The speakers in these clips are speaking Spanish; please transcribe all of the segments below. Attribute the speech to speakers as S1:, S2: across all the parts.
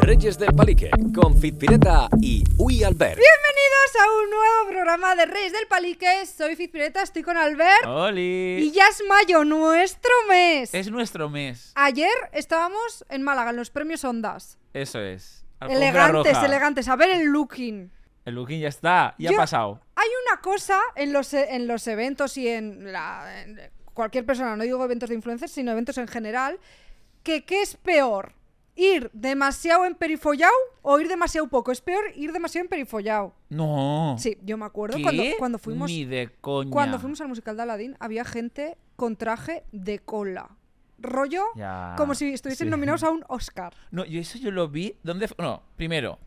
S1: Reyes del Palique, con Fitpireta y Uy Albert.
S2: Bienvenidos a un nuevo programa de Reyes del Palique. Soy Fitpireta, estoy con Albert. Y
S3: ¡Oli!
S2: ya es mayo, nuestro mes.
S3: Es nuestro mes.
S2: Ayer estábamos en Málaga, en los premios Ondas.
S3: Eso es. Alfombra
S2: Elegantes,
S3: roja.
S2: elegantes. A ver el looking.
S3: El looking ya está, ya
S2: Yo-
S3: ha pasado.
S2: Hay una cosa en los, en los eventos y en, la- en cualquier persona, no digo eventos de influencers, sino eventos en general, que qué es peor, ir demasiado emperifollado o ir demasiado poco. Es peor ir demasiado emperifollado.
S3: No.
S2: Sí, yo me acuerdo
S3: ¿Qué?
S2: cuando, cuando fuimos
S3: Ni de coña.
S2: cuando fuimos al musical de Aladdin había gente con traje de cola. Rollo
S3: Ya,
S2: como si estuviesen
S3: sí.
S2: nominados a un Oscar.
S3: No, yo eso yo lo vi. ¿Dónde fu- No, primero,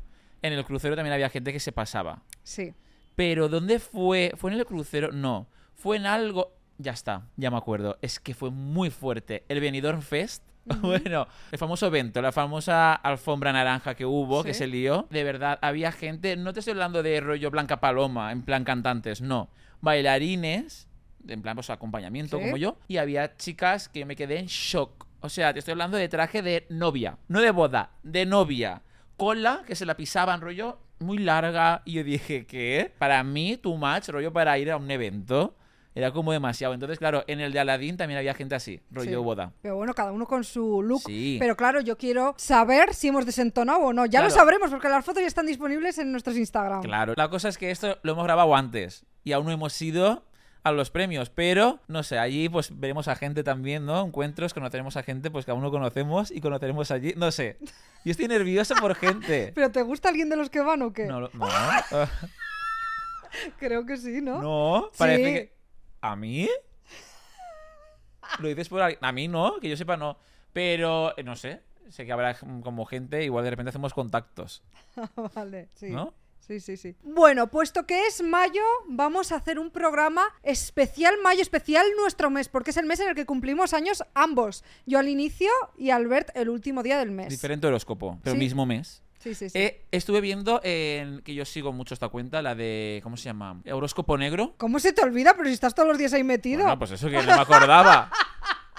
S3: en el crucero también había gente que se pasaba.
S2: Sí.
S3: Pero ¿dónde fue? ¿Fue en el crucero? No. Fue en algo. Ya está, ya me acuerdo. Es que fue muy fuerte. El Benidorm Fest. Bueno, el famoso evento, la famosa alfombra naranja que hubo, que
S2: Sí.
S3: se lió. De verdad, había gente. No te estoy hablando de rollo Blanca Paloma, en plan cantantes, no. Bailarines, en plan, pues acompañamiento,
S2: Sí.
S3: como yo. Y había chicas que me quedé en shock. O sea, te estoy hablando de traje de novia, no de boda, de novia. Cola que se la pisaban, rollo muy larga. Y yo dije, ¿qué? Para mí, too much, rollo para ir a un evento. Era como demasiado. Entonces, claro, en el de Aladdin también había gente así, rollo
S2: Sí.
S3: boda.
S2: Pero bueno, cada uno con su look.
S3: Sí.
S2: Pero claro, yo quiero saber si hemos desentonado o no. Ya lo
S3: Claro.
S2: sabremos porque las fotos ya están disponibles en nuestros Instagram.
S3: Claro. La cosa es que esto lo hemos grabado antes y aún no hemos ido a los premios, pero no sé, allí pues veremos a gente también, ¿no? Encuentros, conoceremos a gente pues que aún no conocemos y conoceremos allí, no sé. Yo estoy nervioso por gente.
S2: ¿Pero te gusta alguien de los que van o qué?
S3: No, lo- no, ah,
S2: Creo que sí, ¿no?
S3: no, parece
S2: Sí.
S3: que... ¿A mí? Lo dices por alguien... A mí no, que yo sepa no, pero eh, no sé, sé que habrá mm, como gente, igual de repente hacemos contactos,
S2: vale, sí.
S3: ¿no?
S2: Sí, sí, sí. Bueno, puesto que es mayo, vamos a hacer un programa especial mayo, especial nuestro mes, porque es el mes en el que cumplimos años ambos. Yo al inicio y Albert el último día del mes.
S3: Diferente horóscopo, pero
S2: Sí.
S3: mismo mes.
S2: Sí, sí, sí.
S3: Eh, estuve viendo, en- que yo sigo mucho esta cuenta, la de, ¿cómo se llama? Horóscopo Negro.
S2: ¿Cómo se te olvida? Pero si estás todos los días ahí metido.
S3: Bueno, pues eso que no me acordaba.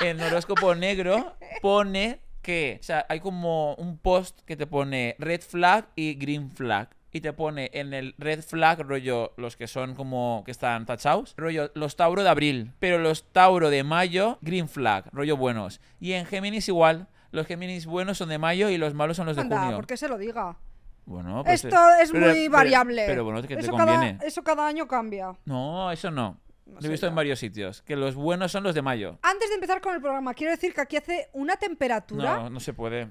S3: En Horóscopo Negro pone que, o sea, hay como un post que te pone red flag y green flag. Y te pone en el red flag, rollo, los que son como que están tachados, rollo, los Tauro de abril, pero los Tauro de mayo, green flag, rollo buenos. Y en Géminis igual, los Géminis buenos son de mayo y los malos son los de
S2: Anda,
S3: junio.
S2: ¿por qué se lo diga?
S3: Bueno, pues,
S2: Esto
S3: eh,
S2: es
S3: pero-
S2: muy
S3: pero-
S2: variable.
S3: Pero, bueno, que te
S2: eso,
S3: conviene.
S2: Cada, eso cada año cambia.
S3: No, eso no. Lo
S2: sé
S3: he visto
S2: yo.
S3: en varios sitios. Que los buenos son los de mayo.
S2: Antes de empezar con el programa, quiero decir que aquí hace una temperatura.
S3: No, no se puede.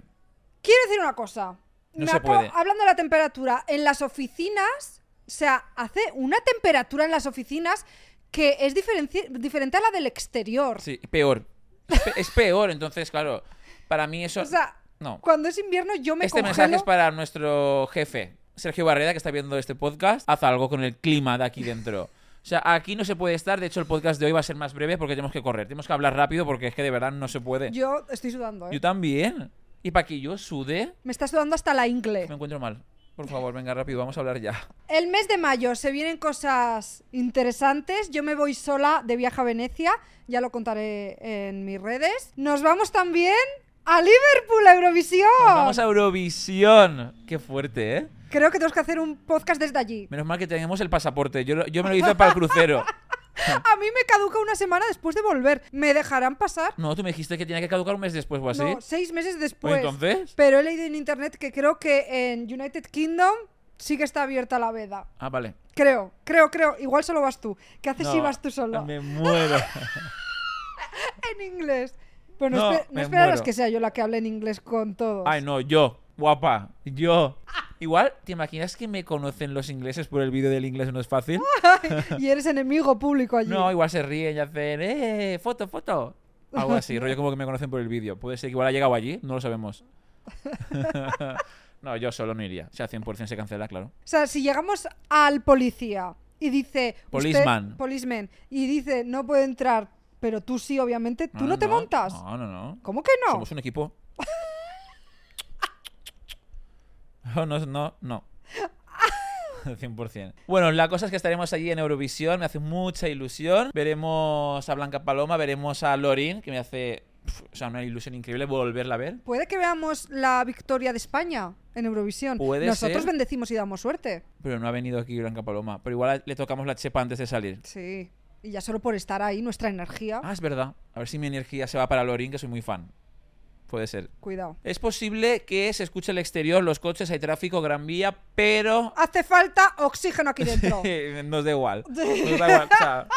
S2: Quiero decir una cosa.
S3: No
S2: Me
S3: se
S2: aco-
S3: puede.
S2: Hablando de la temperatura, en las oficinas, o sea, hace una temperatura en las oficinas que es diferenci- diferente a la del exterior.
S3: Sí, peor. Es pe- Es peor, entonces, claro. Para mí eso.
S2: O sea,
S3: no.
S2: cuando es invierno yo me
S3: Este
S2: congelo.
S3: mensaje es para nuestro jefe, Sergio Barreda, que está viendo este podcast. Haz algo con el clima de aquí dentro. O sea, aquí no se puede estar. De hecho, el podcast de hoy va a ser más breve porque tenemos que correr. Tenemos que hablar rápido porque es que de verdad no se puede. Yo,
S2: Yo estoy sudando, ¿eh?
S3: también. Y para que yo sude,
S2: Me está sudando hasta la ingle.
S3: me encuentro mal. Por favor, venga rápido, vamos a hablar ya.
S2: El mes de mayo se vienen cosas interesantes. Yo me voy sola de viaje a Venecia, ya lo contaré en mis redes. Nos vamos también a Liverpool, a Eurovisión.
S3: Nos Vamos a Eurovisión. Qué fuerte, ¿eh?
S2: Creo que tenemos que hacer un podcast desde allí.
S3: Menos mal que tenemos el pasaporte. Yo, lo- yo me lo hice para el crucero.
S2: A mí me caduca una semana después de volver. ¿Me dejarán pasar?
S3: No, tú me dijiste que tenía que caducar un mes después o así.
S2: No, seis meses después.
S3: ¿Ah, Pues entonces.
S2: Pero he leído en internet que creo que en United Kingdom sí que está abierta la veda.
S3: Ah, vale.
S2: Creo, creo, creo. Igual solo vas tú. ¿Qué haces
S3: No,
S2: si vas tú solo?
S3: Me muero.
S2: En inglés. Pero no,
S3: No,
S2: espe- no
S3: me
S2: esperarás
S3: muero.
S2: que sea yo la que hable en inglés con todos.
S3: Ay, no, yo. Guapa. Yo. Igual, ¿te imaginas que me conocen los ingleses por el vídeo del inglés no es fácil?
S2: y eres enemigo público allí.
S3: No, igual se ríen y hacen, ¡eh! ¡Foto, foto! Algo así, rollo como que me conocen por el vídeo. Puede ser que igual ha llegado allí, no lo sabemos. no, yo solo no iría. O sea, 100% se cancela, claro.
S2: O sea, si llegamos al policía y dice... usted-
S3: Policeman.
S2: policeman, Y dice, no puede entrar, pero tú sí, obviamente. ¿Tú
S3: Ah,
S2: no, te montas?
S3: No, no, no.
S2: ¿Cómo que no?
S3: Somos un equipo. No, no, no, no. 100%. Bueno, la cosa es que estaremos allí en Eurovisión, me hace mucha ilusión. Veremos a Blanca Paloma, veremos a Lorin, que me hace pf, o sea, una ilusión increíble volverla a ver.
S2: Puede que veamos la victoria de España en Eurovisión.
S3: Puede
S2: Nosotros
S3: ser.
S2: bendecimos y damos suerte.
S3: Pero no ha venido aquí Blanca Paloma. Pero igual le tocamos la chepa antes de salir.
S2: Sí. Y ya solo por estar ahí, nuestra energía.
S3: Ah, es verdad. A ver si mi energía se va para Lorin, que soy muy fan. Puede ser.
S2: Cuidado.
S3: Es posible que se escuche el exterior, los coches, hay tráfico, gran vía, pero.
S2: Hace falta oxígeno aquí dentro.
S3: nos da igual. Nos da igual. o sea,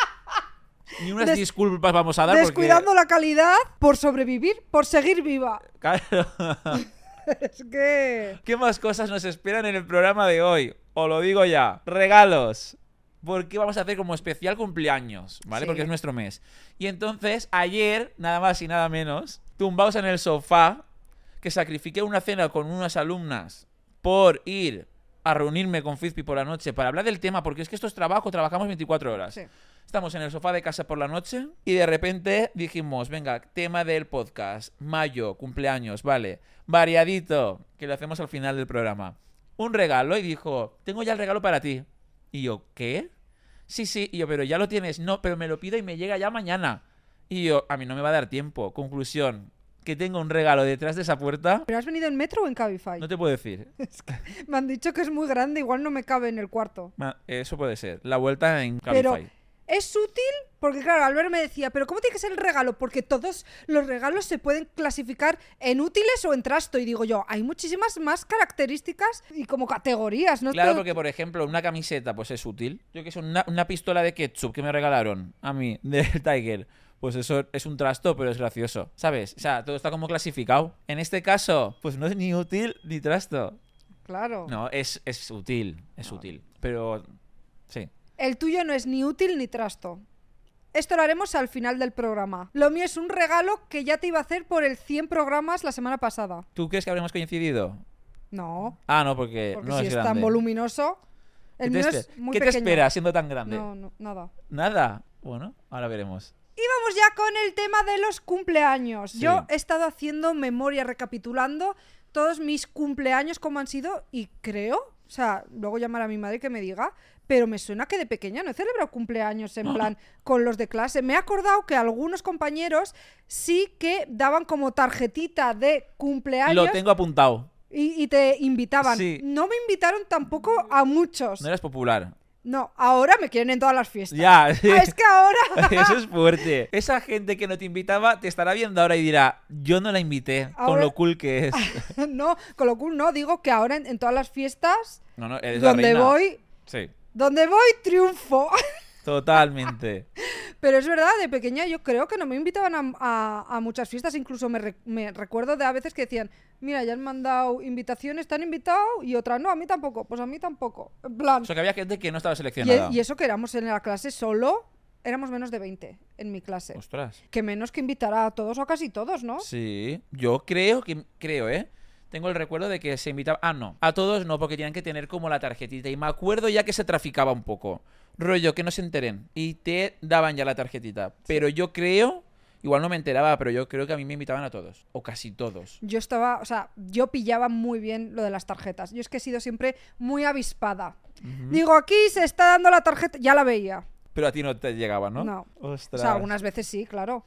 S3: ni unas
S2: Des-
S3: disculpas vamos a dar
S2: Descuidando la calidad por sobrevivir, por seguir viva.
S3: porque. Claro.
S2: Es que.
S3: ¿Qué más cosas nos esperan en el programa de hoy? Os lo digo ya. Regalos. Porque vamos a hacer como especial cumpleaños, ¿vale?
S2: Sí.
S3: Porque es nuestro mes. Y entonces, ayer, nada más y nada menos, tumbaos en el sofá, que sacrifiqué una cena con unas alumnas por ir a reunirme con Fizpi por la noche para hablar del tema, porque es que esto es trabajo, trabajamos 24 horas.
S2: Sí.
S3: Estamos en el sofá de casa por la noche y de repente dijimos, venga, tema del podcast, mayo, cumpleaños, vale, variadito, que lo hacemos al final del programa. Un regalo y dijo, tengo ya el regalo para ti. Y yo, ¿qué? Sí, sí, y yo, pero ya lo tienes, no, pero me lo pido y me llega ya mañana. Y yo, a mí no me va a dar tiempo. Conclusión, que tengo un regalo detrás de esa puerta,
S2: ¿Pero has venido en metro o en Cabify?
S3: no te puedo decir.
S2: Me han dicho que es muy grande, igual no me cabe en el cuarto.
S3: Ma- Eso puede ser, la vuelta en
S2: Pero
S3: Cabify.
S2: es útil porque, claro, Albert me decía, pero ¿cómo tiene que ser el regalo? Porque todos los regalos se pueden clasificar en útiles o en trasto. Y digo yo, hay muchísimas más características y como categorías, ¿no?
S3: Claro,
S2: todo-
S3: porque por ejemplo, una camiseta, pues es útil. Yo que sé, una, una pistola de ketchup que me regalaron a mí, del Tiger. Pues eso es un trasto, pero es gracioso. ¿Sabes? O sea, todo está como clasificado. En este caso, pues no es ni útil ni trasto.
S2: Claro.
S3: No, es, es útil. Es útil. Pero. Sí.
S2: El tuyo no es ni útil ni trasto. Esto lo haremos al final del programa. Lo mío es un regalo que ya te iba a hacer por el 100 programas la semana pasada.
S3: ¿Tú crees que habremos coincidido?
S2: No,
S3: Ah, no, porque,
S2: porque
S3: no
S2: si
S3: es
S2: es
S3: grande.
S2: tan voluminoso, el
S3: ¿Qué te
S2: mío
S3: espe-
S2: es muy
S3: ¿Qué te
S2: pequeño.
S3: espera siendo tan grande?
S2: No, no, nada.
S3: Nada. Bueno, ahora veremos.
S2: Y vamos ya con el tema de los cumpleaños.
S3: Sí.
S2: Yo he estado haciendo memoria, recapitulando todos mis cumpleaños, cómo han sido, y creo, o sea, luego llamar a mi madre que me diga, pero me suena que de pequeña no he celebrado cumpleaños en plan con los de clase. Me he acordado que algunos compañeros sí que daban como tarjetita de cumpleaños
S3: Lo tengo apuntado.
S2: y, y te invitaban.
S3: Sí.
S2: No me invitaron tampoco a muchos.
S3: No eras popular.
S2: No, ahora me quieren en todas las fiestas.
S3: Ya.
S2: Ah, es que ahora...
S3: Eso es fuerte. Esa gente que no te invitaba te estará viendo ahora y dirá, yo no la invité, con
S2: Ahora-
S3: lo cool que es.
S2: no, con lo cual no, digo que ahora en, en todas las fiestas
S3: No, no, eres la
S2: donde
S3: reina.
S2: voy,
S3: Sí,
S2: donde voy triunfo.
S3: totalmente.
S2: Pero es verdad, de pequeña yo creo que no me invitaban a, a- a muchas fiestas, incluso me, re- me recuerdo de a veces que decían, mira, ya han mandado invitaciones, te han invitado y otras no, a mí tampoco, pues a mí tampoco. En plan,
S3: O sea, que había gente que no estaba
S2: y,
S3: seleccionada.
S2: y eso que éramos en la clase solo, éramos menos de 20 en mi clase.
S3: Ostras.
S2: Que menos que invitar a todos o a casi todos, ¿no?
S3: Sí, yo creo que, creo, ¿eh? Tengo el recuerdo de que se invitaba... Ah, no, a todos no, porque tenían que tener como la tarjetita. Y me acuerdo ya que se traficaba un poco. Rollo, que no se enteren. Y te daban ya la tarjetita. Pero yo creo... Igual no me enteraba, pero yo creo que a mí me invitaban a todos. O casi todos.
S2: Yo estaba, o sea, yo pillaba muy bien lo de las tarjetas. Yo es que he sido siempre muy avispada. Digo, aquí se está dando la tarjeta, ya la veía.
S3: Pero a ti no te llegaba, ¿no?
S2: No. O
S3: Ostras.
S2: sea, algunas veces sí, claro.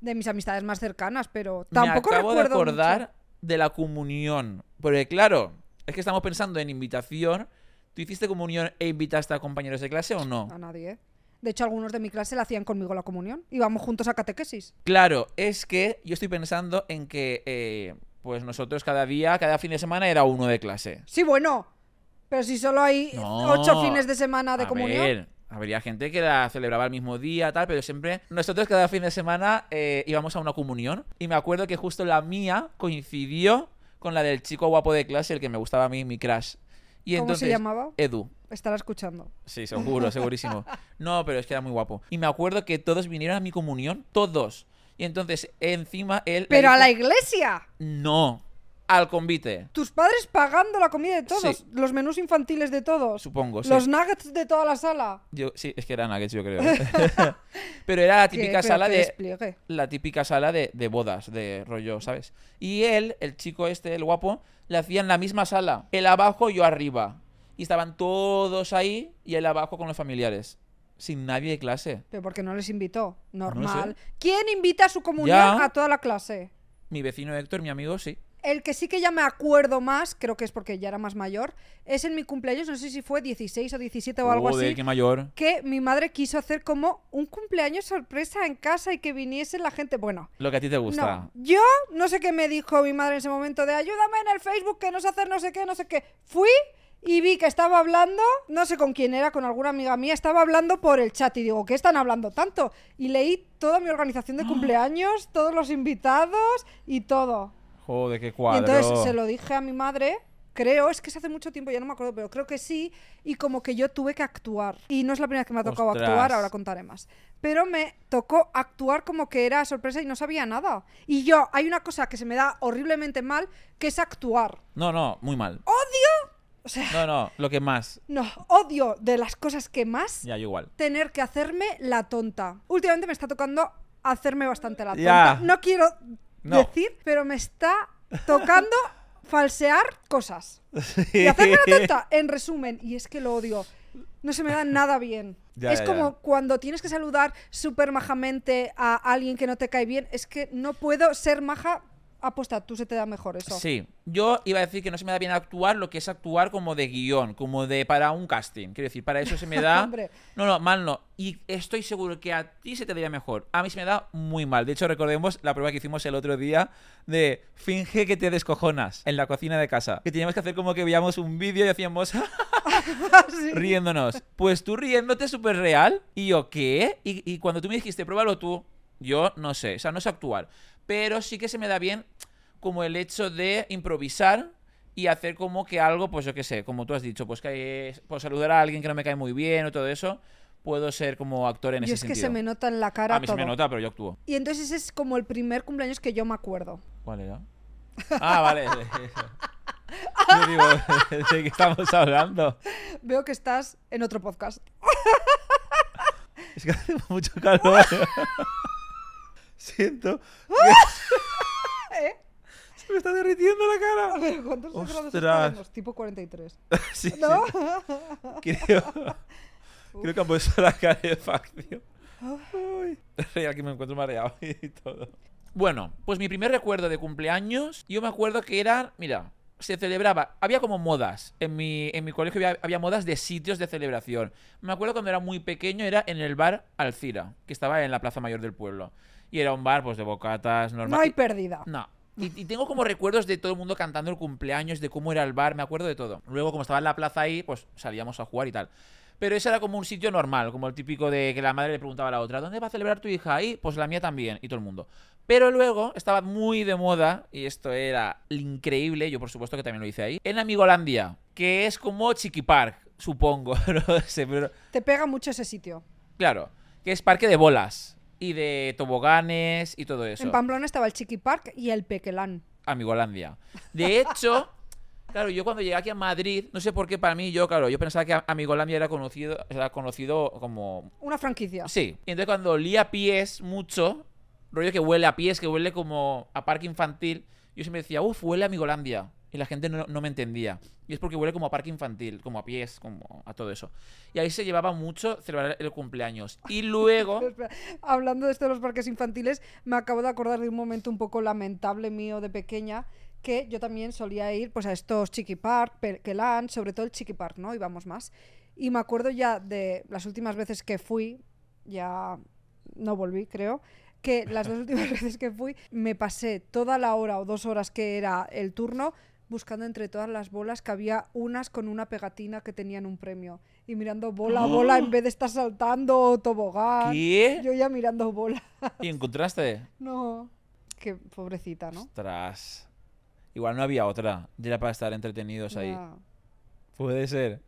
S2: De mis amistades más cercanas, pero
S3: Me
S2: tampoco
S3: acabo de
S2: recuerdo mucho.
S3: acordar de la comunión. Porque claro, es que estamos pensando en invitación. ¿Tú hiciste comunión e invitaste a compañeros de clase o no?
S2: a nadie. De hecho, algunos de mi clase la hacían conmigo la comunión. Íbamos juntos a catequesis.
S3: Claro, es que yo estoy pensando en que eh, pues nosotros cada día, cada fin de semana era uno de clase.
S2: Sí, bueno, pero si solo hay
S3: No.
S2: ocho fines de semana Ah, de
S3: a
S2: comunión.
S3: ver, habría gente que la celebraba el mismo día, tal, pero siempre nosotros cada fin de semana eh, íbamos a una comunión y me acuerdo que justo la mía coincidió con la del chico guapo de clase, el que me gustaba a mí, mi crush. Y
S2: ¿Cómo
S3: entonces, eh,
S2: se llamaba?
S3: Edu.
S2: Estará escuchando.
S3: Sí, seguro, segurísimo. No, pero es que era muy guapo. Y me acuerdo que todos vinieron a mi comunión, todos. Y entonces, encima él. le
S2: Pero a
S3: dijo,
S2: la iglesia.
S3: No, al convite.
S2: Tus padres pagando la comida de todos,
S3: Sí.
S2: los menús infantiles de todos,
S3: Supongo, sí.
S2: los nuggets de toda la sala.
S3: Yo, sí, es que era nuggets, yo creo. pero era la
S2: Qué-
S3: típica
S2: pero
S3: sala
S2: qué
S3: de.
S2: despliegue.
S3: La típica sala de, de bodas, de rollo, ¿sabes? Y él, el chico este, el guapo, le hacían la misma sala. Él abajo, yo arriba. Y estaban todos ahí y él abajo con los familiares. sin nadie de clase.
S2: Pero porque no les invitó.
S3: Ah, sé.
S2: Normal. ¿Quién invita a su comunión
S3: Ya.
S2: a toda la clase?
S3: Mi vecino Héctor, mi amigo, sí.
S2: El que sí que ya me acuerdo más, creo que es porque ya era más mayor, es en mi cumpleaños, no sé si fue 16 o 17 o algo
S3: Joder,
S2: así,
S3: qué mayor.
S2: que mi madre quiso hacer como un cumpleaños sorpresa en casa y que viniese la gente. Bueno,
S3: Lo que a ti te gusta.
S2: no, yo no sé qué me dijo mi madre en ese momento de ayúdame en el Facebook que no sé hacer no sé qué, no sé qué. Fui y vi que estaba hablando, no sé con quién era, con alguna amiga mía, estaba hablando por el chat y digo, ¿qué están hablando tanto? Y leí toda mi organización de cumpleaños, todos los invitados y todo.
S3: Joder, qué
S2: Y
S3: cuadro.
S2: entonces se lo dije a mi madre, creo, es que es hace mucho tiempo, ya no me acuerdo, pero creo que sí, y como que yo tuve que actuar. Y no es la primera vez que me ha tocado
S3: Ostras.
S2: actuar, ahora contaré más. Pero me tocó actuar como que era sorpresa y no sabía nada. Y yo, hay una cosa que se me da horriblemente mal, que es actuar.
S3: No, no, muy mal.
S2: O sea,
S3: No, no, lo que más.
S2: no, odio de las cosas que más
S3: Ya, yo igual.
S2: tener que hacerme la tonta. Últimamente me está tocando hacerme bastante la tonta.
S3: Ya.
S2: No quiero
S3: No.
S2: decir, pero me está tocando falsear cosas. Y hacerme la tonta, en resumen, y es que lo odio. No se me da nada bien.
S3: Ya,
S2: es
S3: ya,
S2: como
S3: ya.
S2: cuando tienes que saludar súper majamente a alguien que no te cae bien. Es que no puedo ser maja. Aposta, tú se te da mejor eso.
S3: Sí, yo iba a decir que no se me da bien actuar lo que es actuar como de guión, como de para un casting. Quiero decir, para eso se me da.
S2: Hombre.
S3: No, no, mal no. Y estoy seguro que a ti se te daría mejor. A mí se me da muy mal. De hecho, recordemos la prueba que hicimos el otro día de finge que te descojonas en la cocina de casa. Que teníamos que hacer como que veíamos un vídeo y hacíamos
S2: Sí.
S3: riéndonos. Pues tú riéndote súper real. Y yo, ¿qué? Y, y cuando tú me dijiste, pruébalo tú, yo no sé, o sea, no sé actuar. Pero sí que se me da bien como el hecho de improvisar y hacer como que algo, pues yo qué sé, como tú has dicho, pues que eh, pues saludar a alguien que no me cae muy bien o todo eso, puedo ser como actor en
S2: Yo
S3: ese
S2: es que
S3: sentido. Ah,
S2: se me nota en la cara
S3: a mí se me
S2: todo.
S3: nota, pero yo actúo.
S2: Y entonces ese es como el primer cumpleaños que yo me acuerdo.
S3: ¿Cuál era? Ah, vale. Yo digo, ¿de qué estamos hablando?
S2: Veo que estás en otro podcast.
S3: Es que hace mucho calor. Siento.
S2: ¿Eh?
S3: Se me está derritiendo la
S2: A
S3: cara.
S2: ver, ¿cuántos grados
S3: Ostras.
S2: estaremos? Tipo 43.
S3: Sí, sí.
S2: ¿No?
S3: Creo, creo que han puesto la calefacción. Ay, real que me encuentro mareado y todo. Bueno, pues mi primer recuerdo de cumpleaños, yo me acuerdo que era, mira, se celebraba, había como modas. En mi, en mi colegio había, había modas de sitios de celebración. Me acuerdo cuando era muy pequeño, era en el bar Alcira, que estaba en la plaza mayor del pueblo. Y era un bar, pues, de bocatas, normal.
S2: no hay pérdida.
S3: No. Y, y tengo como recuerdos de todo el mundo cantando el cumpleaños, de cómo era el bar, me acuerdo de todo. Luego, como estaba en la plaza ahí, pues salíamos a jugar y tal. Pero ese era como un sitio normal, como el típico de que la madre le preguntaba a la otra, ¿dónde va a celebrar tu hija? Ahí, pues la mía también, y todo el mundo. Pero luego estaba muy de moda, y esto era increíble, yo por supuesto que también lo hice ahí, en Amigolandia, que es como Chiqui Park, supongo, no sé, pero...
S2: Te pega mucho ese sitio.
S3: Claro, que es parque de bolas y de toboganes y todo eso.
S2: En Pamplona estaba el Chiqui Park y el Pequelán.
S3: Amigolandia. De hecho, claro, yo cuando llegué aquí a Madrid, no sé por qué para mí, yo, claro, yo pensaba que Amigolandia era conocido, era conocido como.
S2: Una franquicia.
S3: Sí. Y entonces cuando olía a pies mucho, rollo que huele a pies, que huele como a parque infantil, yo siempre decía, uff, huele a Amigolandia. Y la gente no, no me entendía. Y es porque huele como a parque infantil, como a pies, como a todo eso. Y ahí se llevaba mucho celebrar el cumpleaños. Y luego.
S2: Espera, Hablando de esto de los parques infantiles, me acabo de acordar de un momento un poco lamentable mío de pequeña que yo también solía ir pues a estos Chiqui Park, Perquelán, sobre todo el Chiqui Park, ¿no? Íbamos más. Y me acuerdo ya de las últimas veces que fui, ya no volví, creo, que las dos últimas veces que fui me pasé toda la hora o dos horas que era el turno buscando entre todas las bolas que había unas con una pegatina que tenían un premio y mirando bola a bola en vez de estar saltando o tobogán.
S3: ¿Qué?
S2: Yo ya mirando bola.
S3: ¿Y encontraste?
S2: No. Qué pobrecita, ¿no?
S3: Ostras. Igual no había otra. Ya era para estar entretenidos Pues ahí.
S2: Ya.
S3: Puede ser.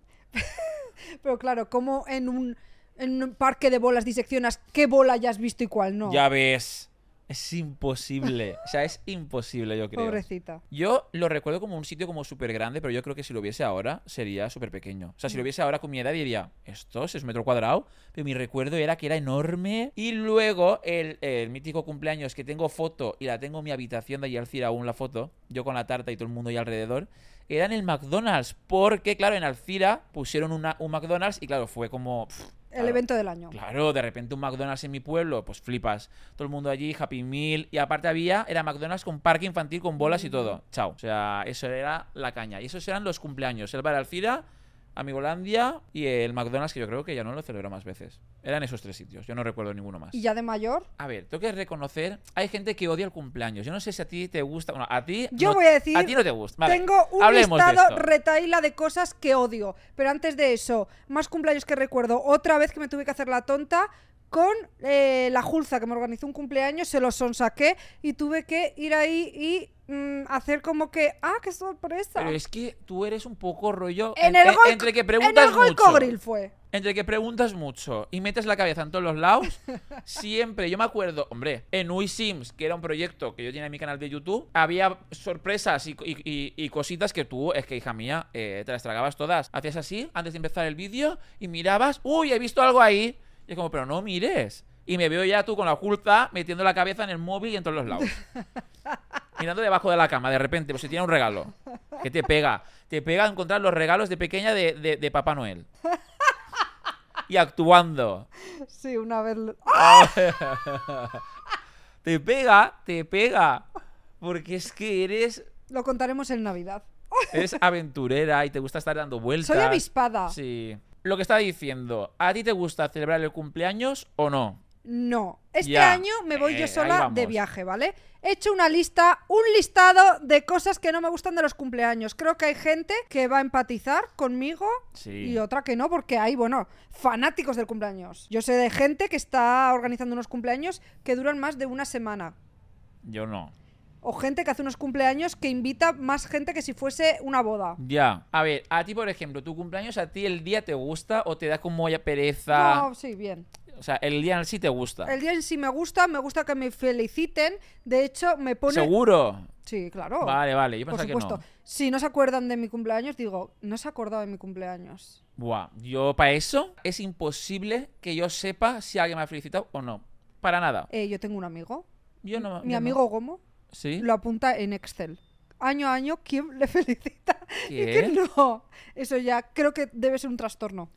S2: Pero claro, como en un, en un parque de bolas diseccionas qué bola ya has visto y cuál no.
S3: Ya ves. Es imposible. o sea, es imposible, yo creo.
S2: Pobrecita.
S3: Yo lo recuerdo como un sitio como súper grande, pero yo creo que si lo viese ahora sería súper pequeño. O sea, si lo viese ahora con mi edad diría, esto es un metro cuadrado, pero mi recuerdo era que era enorme. Y luego el, el mítico cumpleaños que tengo foto y la tengo en mi habitación de allí Alcira aún la foto, yo con la tarta y todo el mundo ahí alrededor, era en el McDonald's, porque claro, en Alcira pusieron una- un McDonald's y claro, fue como... pff,
S2: el evento del año.
S3: Claro, de repente un McDonald's en mi pueblo, pues flipas. Todo el mundo allí, Happy Meal. Y aparte había, era McDonald's con parque infantil, con bolas y
S2: Mm.
S3: todo. Chao. O sea, eso era la caña. Y esos eran los cumpleaños. El Bar Alcira, Amigolandia y el McDonald's, que yo creo que ya no lo celebró más veces. Eran esos tres sitios. Yo no recuerdo ninguno más.
S2: Y ya de mayor,
S3: A ver, tengo que reconocer, hay gente que odia el cumpleaños. Yo no sé si a ti te gusta. Bueno, a ti.
S2: Yo
S3: no-
S2: voy a decir-
S3: A ti no te gusta. Vale,
S2: tengo un
S3: hablemos de
S2: listado
S3: esto.
S2: retaíla de cosas que odio. Pero antes de eso, más cumpleaños que recuerdo. Otra vez que me tuve que hacer la tonta con eh, la Julza, que me organizó un cumpleaños, se lo sonsaqué y tuve que ir ahí y mm, hacer como que, ah, qué sorpresa.
S3: Pero es que tú eres un poco rollo.
S2: En
S3: entre,
S2: el Goico-
S3: entre que
S2: en el
S3: preguntas
S2: Goico
S3: mucho.
S2: Grill fue.
S3: Entre que preguntas mucho y metes la cabeza en todos los lados, siempre, yo me acuerdo, hombre, en Wii Sims, que era un proyecto que yo tenía en mi canal de YouTube, había sorpresas y, y- y- y cositas que tú, es que hija mía, eh, te las tragabas todas. Hacías así, antes de empezar el vídeo, y mirabas, uy, he visto algo ahí. Y es como, pero no mires. Y me veo ya tú con la oculta metiendo la cabeza en el móvil y en todos los lados. Mirando debajo de la cama, de repente, pues si tiene un regalo. Que te pega. Te pega encontrar los regalos de pequeña de- de- de Papá Noel y actuando.
S2: Sí, una vez. lo- ¡Ah!
S3: Te pega, te pega. Porque es que eres,
S2: Lo contaremos en Navidad.
S3: eres aventurera y te gusta estar dando vueltas.
S2: Soy avispada.
S3: Sí. Lo que está diciendo, ¿a ti te gusta celebrar el cumpleaños o no?
S2: No. Este
S3: Ya.
S2: año me voy
S3: Eh,
S2: yo
S3: ahí
S2: sola de
S3: vamos.
S2: viaje, ¿vale? He hecho una lista, un listado de cosas que no me gustan de los cumpleaños. Creo que hay gente que va a empatizar conmigo
S3: Sí.
S2: y otra que no, porque hay, bueno, fanáticos del cumpleaños. Yo sé de gente que está organizando unos cumpleaños que duran más de una semana.
S3: Yo no.
S2: O gente que hace unos cumpleaños que invita más gente que si fuese una boda.
S3: Ya. A ver, a ti, por ejemplo, tu cumpleaños, ¿a ti el día te gusta o te da como ya pereza?
S2: No, sí, bien.
S3: O sea, el día en sí te gusta.
S2: El día en sí me gusta, me gusta que me feliciten. De hecho, me pone.
S3: ¿Seguro?
S2: Sí, claro.
S3: Vale, vale. Yo
S2: Por
S3: pensaba que
S2: supuesto.
S3: no.
S2: Si no se acuerdan de mi cumpleaños, digo, no se ha acordado de mi cumpleaños.
S3: Buah, yo para eso es imposible que yo sepa si alguien me ha felicitado o no. Para nada.
S2: Eh, yo tengo un amigo.
S3: Yo no.
S2: Mi
S3: yo no.
S2: amigo Gomo
S3: Sí.
S2: lo apunta en Excel. Año a año, ¿quién le felicita? Y
S3: ¿Qué?
S2: quién no. Eso ya creo que debe ser un trastorno.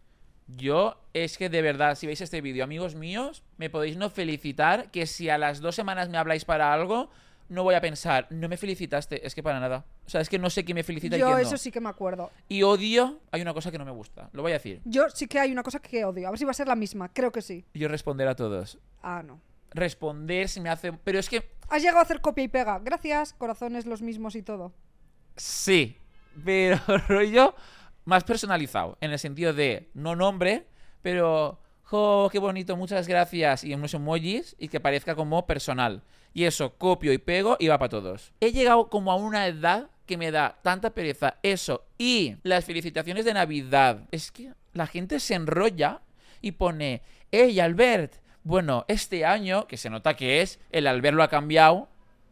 S3: Yo es que de verdad, si veis este vídeo, amigos míos, me podéis no felicitar que si a las dos semanas me habláis para algo, no voy a pensar, no me felicitaste, es que para nada. O sea, es que no sé quién me felicita y
S2: Yo
S3: quién no.
S2: eso sí que me acuerdo.
S3: Y odio, hay una cosa que no me gusta, lo voy a decir.
S2: Yo sí que hay una cosa que odio. A ver si va a ser la misma. Creo que sí.
S3: Yo responder a todos.
S2: Ah, no.
S3: Responder si me hace... Pero es que
S2: Has llegado a hacer copia y pega. Gracias, corazones los mismos y todo.
S3: Sí, pero rollo más personalizado, en el sentido de no nombre, pero jo, qué bonito, muchas gracias y unos emojis y que parezca como personal. Y eso copio y pego y va para todos. He llegado como a una edad que me da tanta pereza eso y las felicitaciones de Navidad. Es que la gente se enrolla y pone, hey Albert, bueno, este año, que se nota que es, el Albert lo ha cambiado,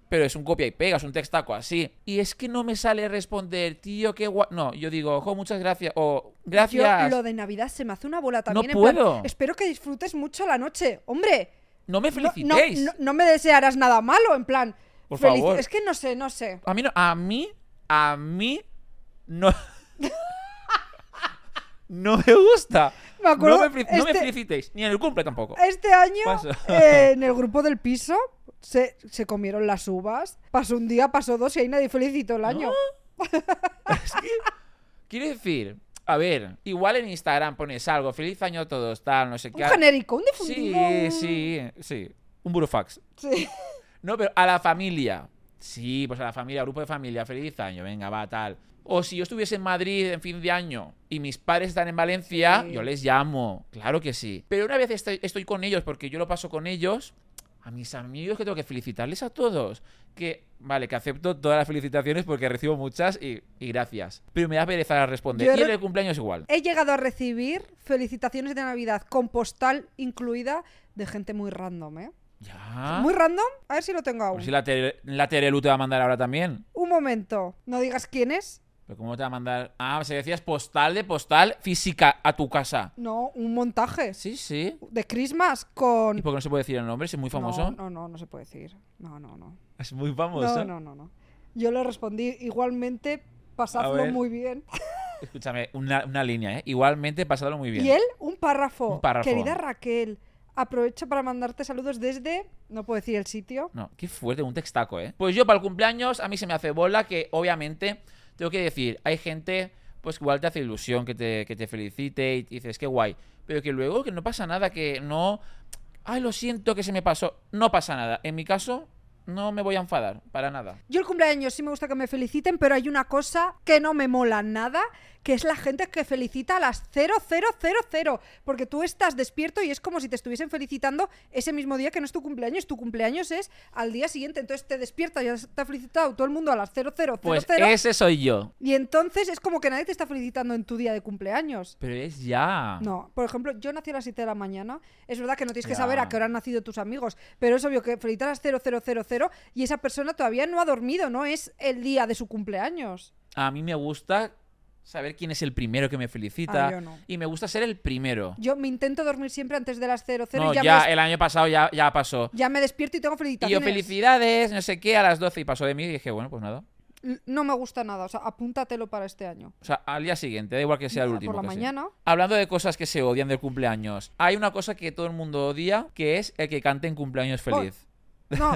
S3: pero es un copia y pega, es un textaco así. Y es que no me sale responder, tío, qué guay. No, yo digo, ojo, muchas gracias, o gracias.
S2: Yo lo de Navidad se me hace una bola
S3: No
S2: también. en plan,
S3: puedo.
S2: espero que disfrutes mucho la noche. Hombre,
S3: No me
S2: no, no-
S3: felicitéis.
S2: no- no me desearás nada malo, en plan.
S3: Por
S2: felici-
S3: favor.
S2: Es que no sé, no sé.
S3: A mí no, a mí, a mí, no. no me gusta.
S2: Me acuerdo,
S3: no, me, fel- no me
S2: este-
S3: felicitéis, ni en el cumple tampoco.
S2: Este año,
S3: Paso.
S2: eh, en el grupo del piso, se, se comieron las uvas. Pasó un día, pasó dos y ahí nadie felicitó el año.
S3: Es que- Quiero decir, a ver, igual en Instagram pones algo, feliz año a todos, tal, no sé
S2: Un
S3: qué.
S2: genérico, un
S3: Sí,
S2: difundido. un-
S3: sí, sí. Un burofax.
S2: Sí.
S3: No, pero a la familia. Sí, pues a la familia, grupo de familia, feliz año, venga, va, tal. O si yo estuviese en Madrid en fin de año y mis padres están en Valencia,
S2: Sí.
S3: yo les llamo, claro que sí. Pero una vez estoy, estoy con ellos, porque yo lo paso con ellos, a mis amigos que tengo que felicitarles a todos. Que, vale, que acepto todas las felicitaciones porque recibo muchas y, y gracias. Pero me da pereza responder.
S2: Yo
S3: y en
S2: re-
S3: el cumpleaños igual.
S2: He llegado a recibir felicitaciones de Navidad con postal incluida de gente muy random, ¿eh?
S3: Ya.
S2: Muy random. A ver si lo tengo
S3: Ah. Por
S2: aún.
S3: si la, Tere- la Terelu te va a mandar ahora también.
S2: Un momento. No digas quién es.
S3: ¿Pero cómo te va a mandar? Ah, se decías postal de postal física a tu casa.
S2: No, un montaje.
S3: Sí, sí.
S2: De Christmas
S3: ¿Y
S2: con.
S3: por qué no se puede decir el nombre? Si es muy famoso.
S2: No, no, no, no se puede decir. No, no, no.
S3: Es muy famoso.
S2: No, no, no, no. Yo le respondí igualmente,
S3: A
S2: pasadlo
S3: ver.
S2: muy bien.
S3: escúchame, una, una línea, ¿eh? Igualmente, pasadlo muy bien.
S2: Y él, un párrafo.
S3: Un párrafo.
S2: Querida Raquel, aprovecho para mandarte saludos desde. No puedo decir el sitio.
S3: No, qué fuerte, un textaco, ¿eh? Pues yo para el cumpleaños a mí se me hace bola que obviamente tengo que decir, hay gente pues que igual te hace ilusión que te, que te felicite y te dices, qué guay, pero que luego que no pasa nada, que no... Ay, lo siento que se me pasó. No pasa nada. En mi caso, no me voy a enfadar, para nada.
S2: Yo el cumpleaños sí me gusta que me feliciten, pero hay una cosa que no me mola nada, que es la gente que felicita a las 0000, porque tú estás despierto y es como si te estuviesen felicitando ese mismo día que no es tu cumpleaños, tu cumpleaños es al día siguiente, entonces te despiertas y ya te ha felicitado todo el mundo a las 0000
S3: Pues ese soy yo.
S2: y entonces es como que nadie te está felicitando en tu día de cumpleaños.
S3: Pero es ya.
S2: No, por ejemplo, yo nací a las 7 de la mañana. Es verdad que no tienes que
S3: Ah. Ya.
S2: saber a qué hora han nacido tus amigos, pero es obvio que felicitar a las 0000 y esa persona todavía no ha dormido, no es el día de su cumpleaños.
S3: A mí me gusta saber quién es el primero que me felicita.
S2: Ah, yo no.
S3: Y me gusta ser el primero.
S2: Yo me intento dormir siempre antes de las 00
S3: no,
S2: y
S3: ya,
S2: ya, me, des-
S3: el año pasado ya, ya pasó.
S2: ya me despierto y tengo
S3: Y yo
S2: felicitaciones.
S3: felicidades, no sé qué, a las 12 y pasó de mí y dije, bueno, pues nada.
S2: L- No me gusta nada, o sea, apúntatelo para este año.
S3: O sea, al día siguiente, da igual que sea el
S2: Ya,
S3: último.
S2: por la
S3: casi.
S2: mañana.
S3: Hablando de cosas que se odian del cumpleaños, hay una cosa que todo el mundo odia, que es el que cante en cumpleaños feliz.
S2: No.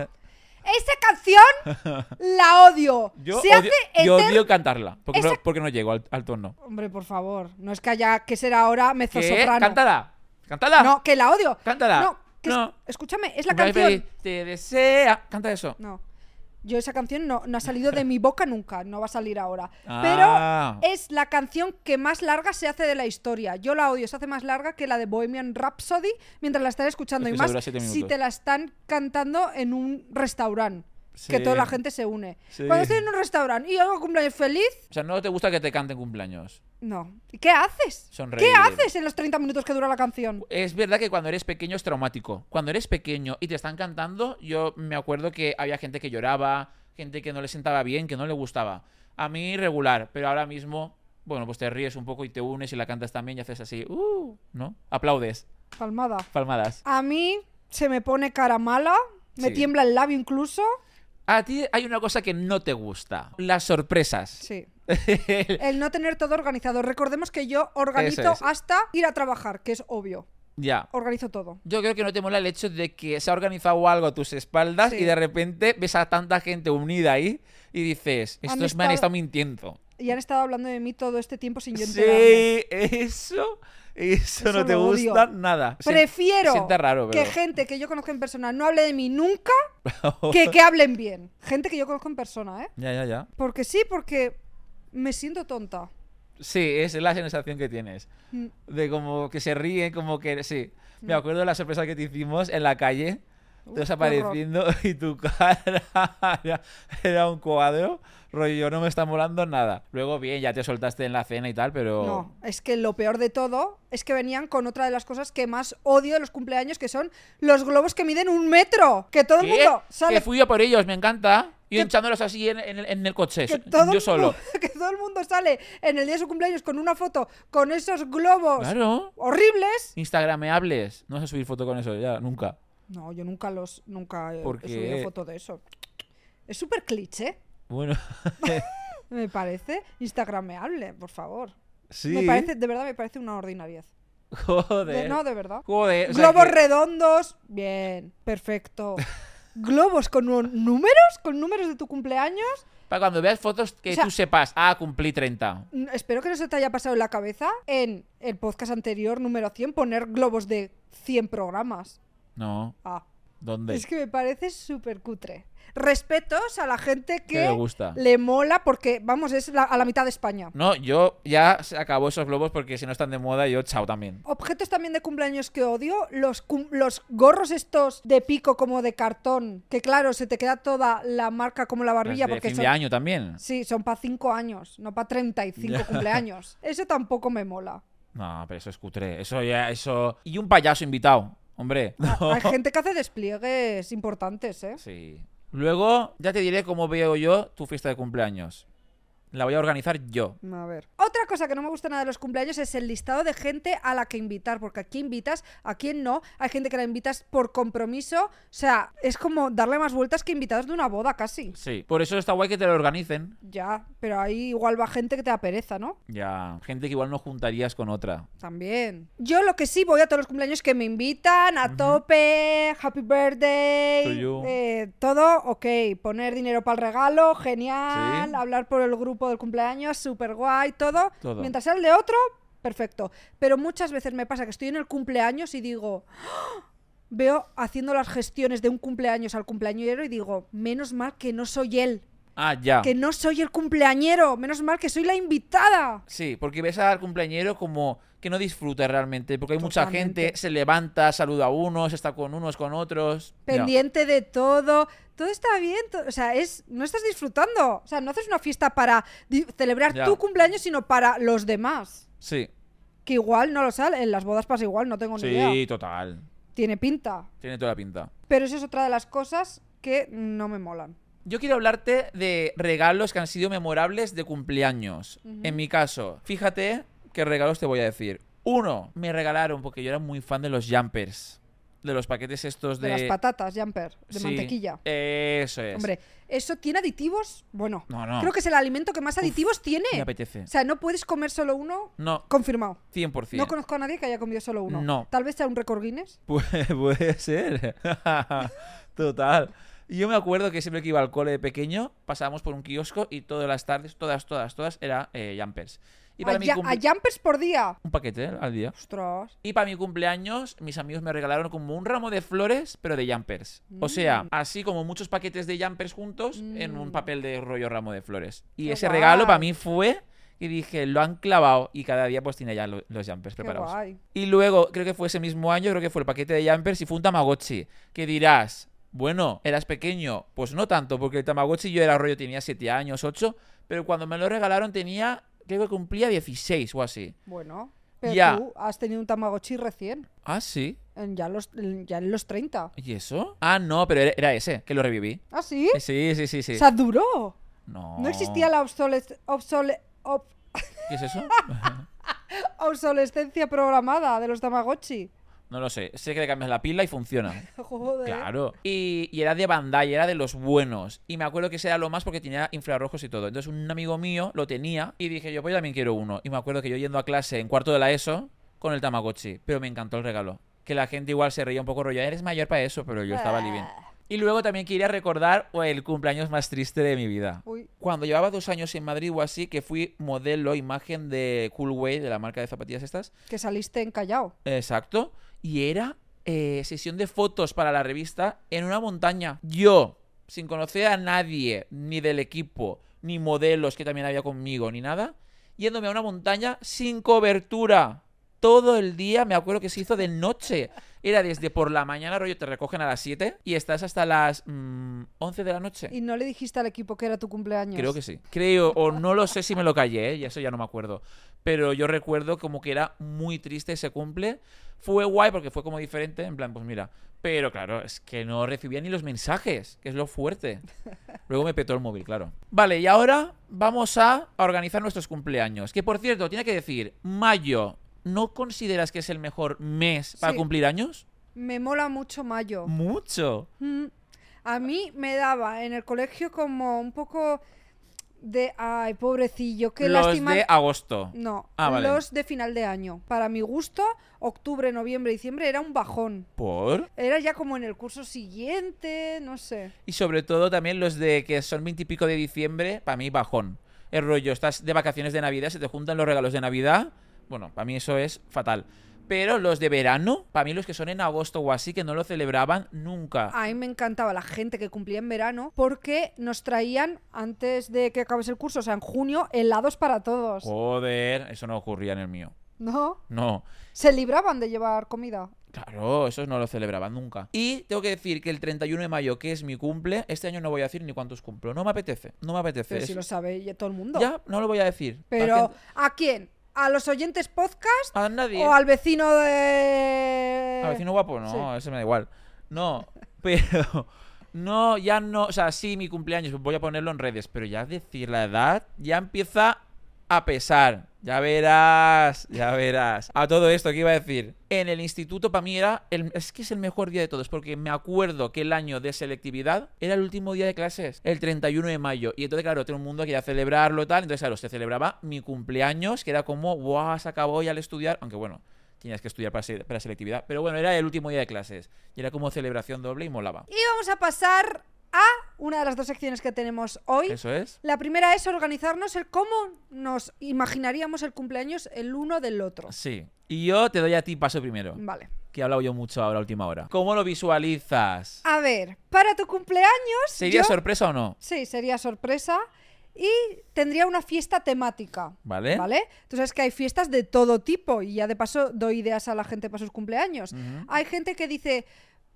S2: Esa canción la odio.
S3: Yo,
S2: Se
S3: odio,
S2: hace
S3: yo
S2: eter-
S3: odio cantarla, porque,
S2: Esa-
S3: no, porque no llego al, al tono.
S2: Hombre, por favor, no es que haya que ser ahora
S3: ¿Qué?
S2: mezzosoprano.
S3: ¡Cántala! ¡Cántala!
S2: No, que la odio.
S3: Cántala.
S2: No, que es-
S3: No.
S2: escúchame, es la
S3: Cumpleaños
S2: canción.
S3: feliz, Te desea... Canta eso.
S2: No. Yo esa canción no, no ha salido de mi boca nunca, no va a salir ahora.
S3: Ah.
S2: Pero es la canción que más larga se hace de la historia. Yo la odio, se hace más larga que la de Bohemian Rhapsody mientras la están escuchando
S3: Es que
S2: y
S3: se
S2: más
S3: dura siete
S2: si
S3: minutos.
S2: te la están cantando en un restaurante. Que
S3: Sí.
S2: toda la gente se une.
S3: Sí.
S2: Cuando estoy en un restaurante y hago cumpleaños feliz,
S3: O sea, no te gusta que te canten cumpleaños.
S2: no. ¿Y ¿Qué haces?
S3: Sonreír.
S2: ¿Qué haces en los 30 minutos que dura la canción?
S3: Es verdad que cuando eres pequeño es traumático. Cuando eres pequeño y te están cantando, yo me acuerdo que había gente que lloraba, gente que no le sentaba bien, que no le gustaba. A mí regular, pero ahora mismo, bueno, pues te ríes un poco y te unes y la cantas también y haces así, uh, ¿no? Aplaudes,
S2: Palmada.
S3: palmadas.
S2: A mí se me pone cara mala, me
S3: Sí.
S2: tiembla el labio incluso.
S3: A ti hay una cosa que no te gusta, las sorpresas.
S2: Sí. El no tener todo organizado. Recordemos que yo
S3: Eso
S2: organizo
S3: es.
S2: hasta ir a trabajar, que es obvio.
S3: ya.
S2: Organizo todo.
S3: Yo creo que no te mola el hecho de que se ha organizado algo a tus espaldas
S2: Sí.
S3: y de repente ves a tanta gente unida ahí y dices,
S2: Han
S3: estos me han
S2: estado-
S3: estado mintiendo.
S2: Y han estado hablando de mí todo este tiempo sin yo enterarme.
S3: Sí, eso, eso no
S2: Eso
S3: te
S2: lo odio.
S3: gusta nada. Se-
S2: Prefiero
S3: sienta raro,
S2: que
S3: pero...
S2: gente que yo conozco en persona no hable de mí nunca que que hablen bien. Gente que yo conozco en persona, ¿eh?
S3: Ya, ya, ya.
S2: Porque sí, porque me siento tonta.
S3: Sí, es la sensación que tienes.
S2: Mm.
S3: De como que se ríen, como que... Sí, me acuerdo de la sorpresa que te hicimos en la calle.
S2: Uh,
S3: Tú
S2: Mm. qué
S3: apareciendo y tu cara era, era un cuadro. Rollo, no me está molando nada. Luego, bien, ya te soltaste en la cena y tal, pero...
S2: No, es que lo peor de todo es que venían con otra de las cosas que más odio de los cumpleaños, que son los globos que miden un metro. Que todo el
S3: ¿Qué?
S2: mundo sale
S3: Que fui yo por ellos, me encanta. Y
S2: Que-
S3: hinchándolos así en, en el- en el coche.
S2: que todo
S3: yo
S2: el
S3: solo.
S2: mundo- que todo el mundo sale en el día de su cumpleaños con una foto con esos globos
S3: Claro.
S2: horribles.
S3: Instagrameables. No sé subir foto con eso, ya, nunca.
S2: No, yo nunca los nunca eh, he-
S3: ¿Por
S2: he subido
S3: qué?
S2: foto de eso. Es súper cliché,
S3: Bueno,
S2: me parece. Instagrameable, por favor.
S3: sí.
S2: Me parece, de verdad, me parece una ordinariez. De-
S3: Joder.
S2: no, de verdad.
S3: Joder. Eh, o sea
S2: globos
S3: que-
S2: redondos, bien, perfecto. globos con un- números, con números de tu cumpleaños.
S3: Para cuando veas fotos que
S2: O sea-
S3: tú sepas, ah, cumplí 30.
S2: Mm, Espero que no se te haya pasado en la cabeza en el podcast anterior número 100 poner globos de 100 programas.
S3: No,
S2: Ah,
S3: ¿dónde?
S2: es que me parece súper cutre. Respetos a la gente
S3: Que le
S2: que
S3: gusta.
S2: le mola porque, vamos, es la- a la mitad de España.
S3: No, yo ya se acabó esos globos porque si no están de moda, yo chao también.
S2: Objetos también de cumpleaños que odio, los, cum- los gorros estos de pico como de cartón, que claro, se te queda toda la marca como la barbilla
S3: Las de
S2: porque
S3: fin
S2: son,
S3: de año también.
S2: sí, son para 5 años, no para 35 cumpleaños. Eso tampoco me mola.
S3: No, pero eso es cutre. Eso ya, eso. Y un payaso invitado, hombre.
S2: Hay gente que hace despliegues importantes, ¿eh?
S3: Sí. Luego, ya te diré cómo veo yo tu fiesta de cumpleaños. La voy a organizar yo.
S2: A ver. Otra cosa que no me gusta nada de los cumpleaños es el listado de gente a la que invitar, porque a quién invitas, a quién no. Hay gente que la invitas por compromiso. O sea, es como darle más vueltas que invitados de una boda casi.
S3: Sí. Por eso está guay que te lo organicen.
S2: Ya, pero ahí igual va gente que te da pereza, ¿no?
S3: Ya. Gente que igual no juntarías con otra.
S2: También. Yo lo que sí voy a todos los cumpleaños que me invitan, a tope, happy
S3: To
S2: birthday,
S3: you.
S2: eh, todo, ok. Poner dinero para el regalo, genial.
S3: Sí.
S2: Hablar por el grupo del cumpleaños, súper guay, todo.
S3: Todo.
S2: Mientras sea el de otro, perfecto. Pero muchas veces me pasa que estoy en el cumpleaños y digo... "Ah", Veo haciendo las gestiones de un cumpleaños al cumpleañero y digo, menos mal que no soy él,
S3: Ah, ya.
S2: que no soy el cumpleañero, menos mal que soy la invitada.
S3: Sí, porque ves al cumpleañero como que no disfruta realmente, porque hay mucha
S2: Totalmente.
S3: gente, se levanta, saluda a unos, está con unos, con otros. Ya.
S2: pendiente de todo. Todo está bien, to- o sea, es no estás disfrutando, o sea, no haces una fiesta para di- celebrar
S3: Ya.
S2: tu cumpleaños, sino para los demás.
S3: Sí.
S2: Que igual no lo sale, en las bodas pasa igual, no tengo ni
S3: Sí,
S2: idea.
S3: total.
S2: Tiene pinta.
S3: Tiene toda la pinta.
S2: Pero eso es otra de las cosas que no me molan.
S3: Yo quiero hablarte de regalos que han sido memorables de cumpleaños. En mi caso, fíjate qué regalos te voy a decir. Uno, me regalaron, porque yo era muy fan de los jumpers. De los paquetes estos
S2: De,
S3: de.
S2: las patatas, jumper, de
S3: Sí,
S2: mantequilla.
S3: Eso es.
S2: Hombre, ¿eso tiene aditivos? Bueno,
S3: No, no.
S2: creo que es el alimento que más aditivos tiene.
S3: Me apetece.
S2: O sea, no puedes comer solo uno,
S3: No,
S2: confirmado.
S3: 100%.
S2: ¿eh? No conozco a nadie que haya comido solo uno.
S3: No.
S2: Tal vez sea un récord Guinness.
S3: Puede, puede ser. Total. Yo me acuerdo que siempre que iba al cole de pequeño, pasábamos por un kiosco y todas las tardes, todas, todas, todas, era eh, jumpers. Y para
S2: a,
S3: mi
S2: ya-
S3: cumple-
S2: a jumpers por día.
S3: Un paquete eh, al día.
S2: Ostras.
S3: Y para mi cumpleaños, mis amigos me regalaron como un ramo de flores, pero de jumpers. O sea,
S2: Mm.
S3: así como muchos paquetes de jumpers juntos en un papel de rollo ramo de flores. Y
S2: Qué
S3: ese regalo para
S2: guay.
S3: mí fue, y dije, lo han clavado. Y cada día pues tiene ya lo- los jumpers
S2: Qué
S3: preparados.
S2: guay.
S3: Y luego, creo que fue ese mismo año, creo que fue el paquete de jumpers y fue un Tamagotchi. Que dirás, bueno, eras pequeño. Pues no tanto, porque el Tamagotchi yo era rollo, tenía 7 años, 8. Pero cuando me lo regalaron tenía, creo que cumplía 16 o así.
S2: Bueno. Pero
S3: Ya.
S2: tú has tenido un Tamagotchi recién.
S3: Ah, sí.
S2: En ya, los, en- ya en los 30.
S3: ¿Y eso? Ah, no, pero era, era ese, que lo reviví.
S2: ¿Ah, sí?
S3: Eh, Sí, sí, sí, sí.
S2: O sea, duró.
S3: No.
S2: No existía la obsoles- obsole- ob-
S3: ¿Qué es eso?
S2: obsolescencia programada de los Tamagotchi.
S3: No lo sé. Sé que le cambias la pila y funciona.
S2: Joder.
S3: Claro. Y, y era de Bandai, era de los buenos. Y me acuerdo que ese era lo más porque tenía infrarrojos y todo. Entonces un amigo mío lo tenía y dije yo, pues yo también quiero uno. Y me acuerdo que yo yendo a clase en cuarto de la ESO con el Tamagotchi. Pero me encantó el regalo. Que la gente igual se reía un poco rollo, eres mayor para eso, pero yo
S2: Ah,
S3: estaba living. Y luego también quería recordar o, el cumpleaños más triste de mi vida.
S2: Uy.
S3: Cuando llevaba dos años en Madrid o así, que fui modelo, imagen de Cool Way, de la marca de zapatillas estas.
S2: Que saliste encallado.
S3: Exacto. Y era eh, sesión de fotos para la revista en una montaña. Yo, sin conocer a nadie, ni del equipo, ni modelos que también había conmigo, ni nada, yéndome a una montaña sin cobertura. Todo el día, me acuerdo que se hizo de noche. Era desde por la mañana, rollo, te recogen a las 7 y estás hasta las mm, 11 de la noche.
S2: Y no le dijiste al equipo que era tu cumpleaños.
S3: Creo que sí. Creo, o no lo sé si me lo callé, ¿eh? y eso ya no me acuerdo. Pero yo recuerdo como que era muy triste ese cumple. Fue guay porque fue como diferente, en plan, pues mira. Pero claro, es que no recibía ni los mensajes, que es lo fuerte. Luego me petó el móvil, claro. Vale, y ahora vamos a a organizar nuestros cumpleaños. Que por cierto, tiene que decir, mayo, ¿no consideras que es el mejor mes para
S2: Sí.
S3: cumplir años?
S2: Me mola mucho mayo.
S3: Mucho.
S2: Mm. A mí me daba en el colegio como un poco de, ay, pobrecillo, qué
S3: los
S2: lástima.
S3: de agosto.
S2: No,
S3: Ah, vale.
S2: los de final de año. Para mi gusto, octubre, noviembre, diciembre era un bajón.
S3: ¿Por?
S2: Era ya como en el curso siguiente, no sé.
S3: Y sobre todo también los de que son 20 y pico de diciembre, para mí bajón. El rollo, estás de vacaciones de Navidad, se te juntan los regalos de Navidad. Bueno, para mí eso es fatal. Pero los de verano, para mí los que son en agosto o así, que no lo celebraban nunca.
S2: A mí me encantaba la gente que cumplía en verano porque nos traían, antes de que acabes el curso, o sea, en junio, helados para todos.
S3: Oh. Joder, eso no ocurría en el mío.
S2: ¿No?
S3: No.
S2: Se libraban de llevar comida.
S3: Claro, esos no lo celebraban nunca. Y tengo que decir que el 31 de mayo, que es mi cumple, este año no voy a decir ni cuántos cumplo. No me apetece, no me apetece.
S2: Pero
S3: Es-
S2: si lo sabe ya todo el mundo.
S3: Ya, no lo voy a decir. La
S2: Pero,
S3: gente-
S2: ¿a quién? ¿A los oyentes podcast?
S3: A nadie.
S2: ¿O al vecino de...?
S3: A vecino guapo, no,
S2: Este, sí.
S3: eso me da igual. No, pero No, ya no. O sea, sí, mi cumpleaños, voy a ponerlo en redes, pero ya decir la edad ya empieza a pesar. Ya verás, ya verás. A todo esto, ¿qué iba a decir? En el instituto, para mí era. el- es que es el mejor día de todos, porque me acuerdo que el año de selectividad era el último día de clases, el 31 de mayo. Y entonces, claro, todo el mundo quería celebrarlo tal. Entonces, claro, se celebraba mi cumpleaños, que era como, ¡guau! Se acabó ya el estudiar. Aunque bueno, tenías que estudiar para, se- para selectividad. Pero bueno, era el último día de clases. Y era como celebración doble y molaba.
S2: Y vamos a pasar a una de las dos secciones que tenemos hoy.
S3: Eso es.
S2: La primera es organizarnos el cómo nos imaginaríamos el cumpleaños el uno del otro.
S3: Sí. Y yo te doy a ti paso primero,
S2: Vale.
S3: que he hablado yo mucho ahora, a última hora. ¿Cómo lo visualizas?
S2: A ver, para tu cumpleaños.
S3: ¿Sería
S2: Ah, yo-
S3: sorpresa o no?
S2: Sí, sería sorpresa. Y tendría una fiesta temática.
S3: ¿Vale?
S2: ¿Vale? Tú sabes que hay fiestas de todo tipo y ya de paso doy ideas a la gente para sus cumpleaños.
S3: Ujú.
S2: Hay gente que dice,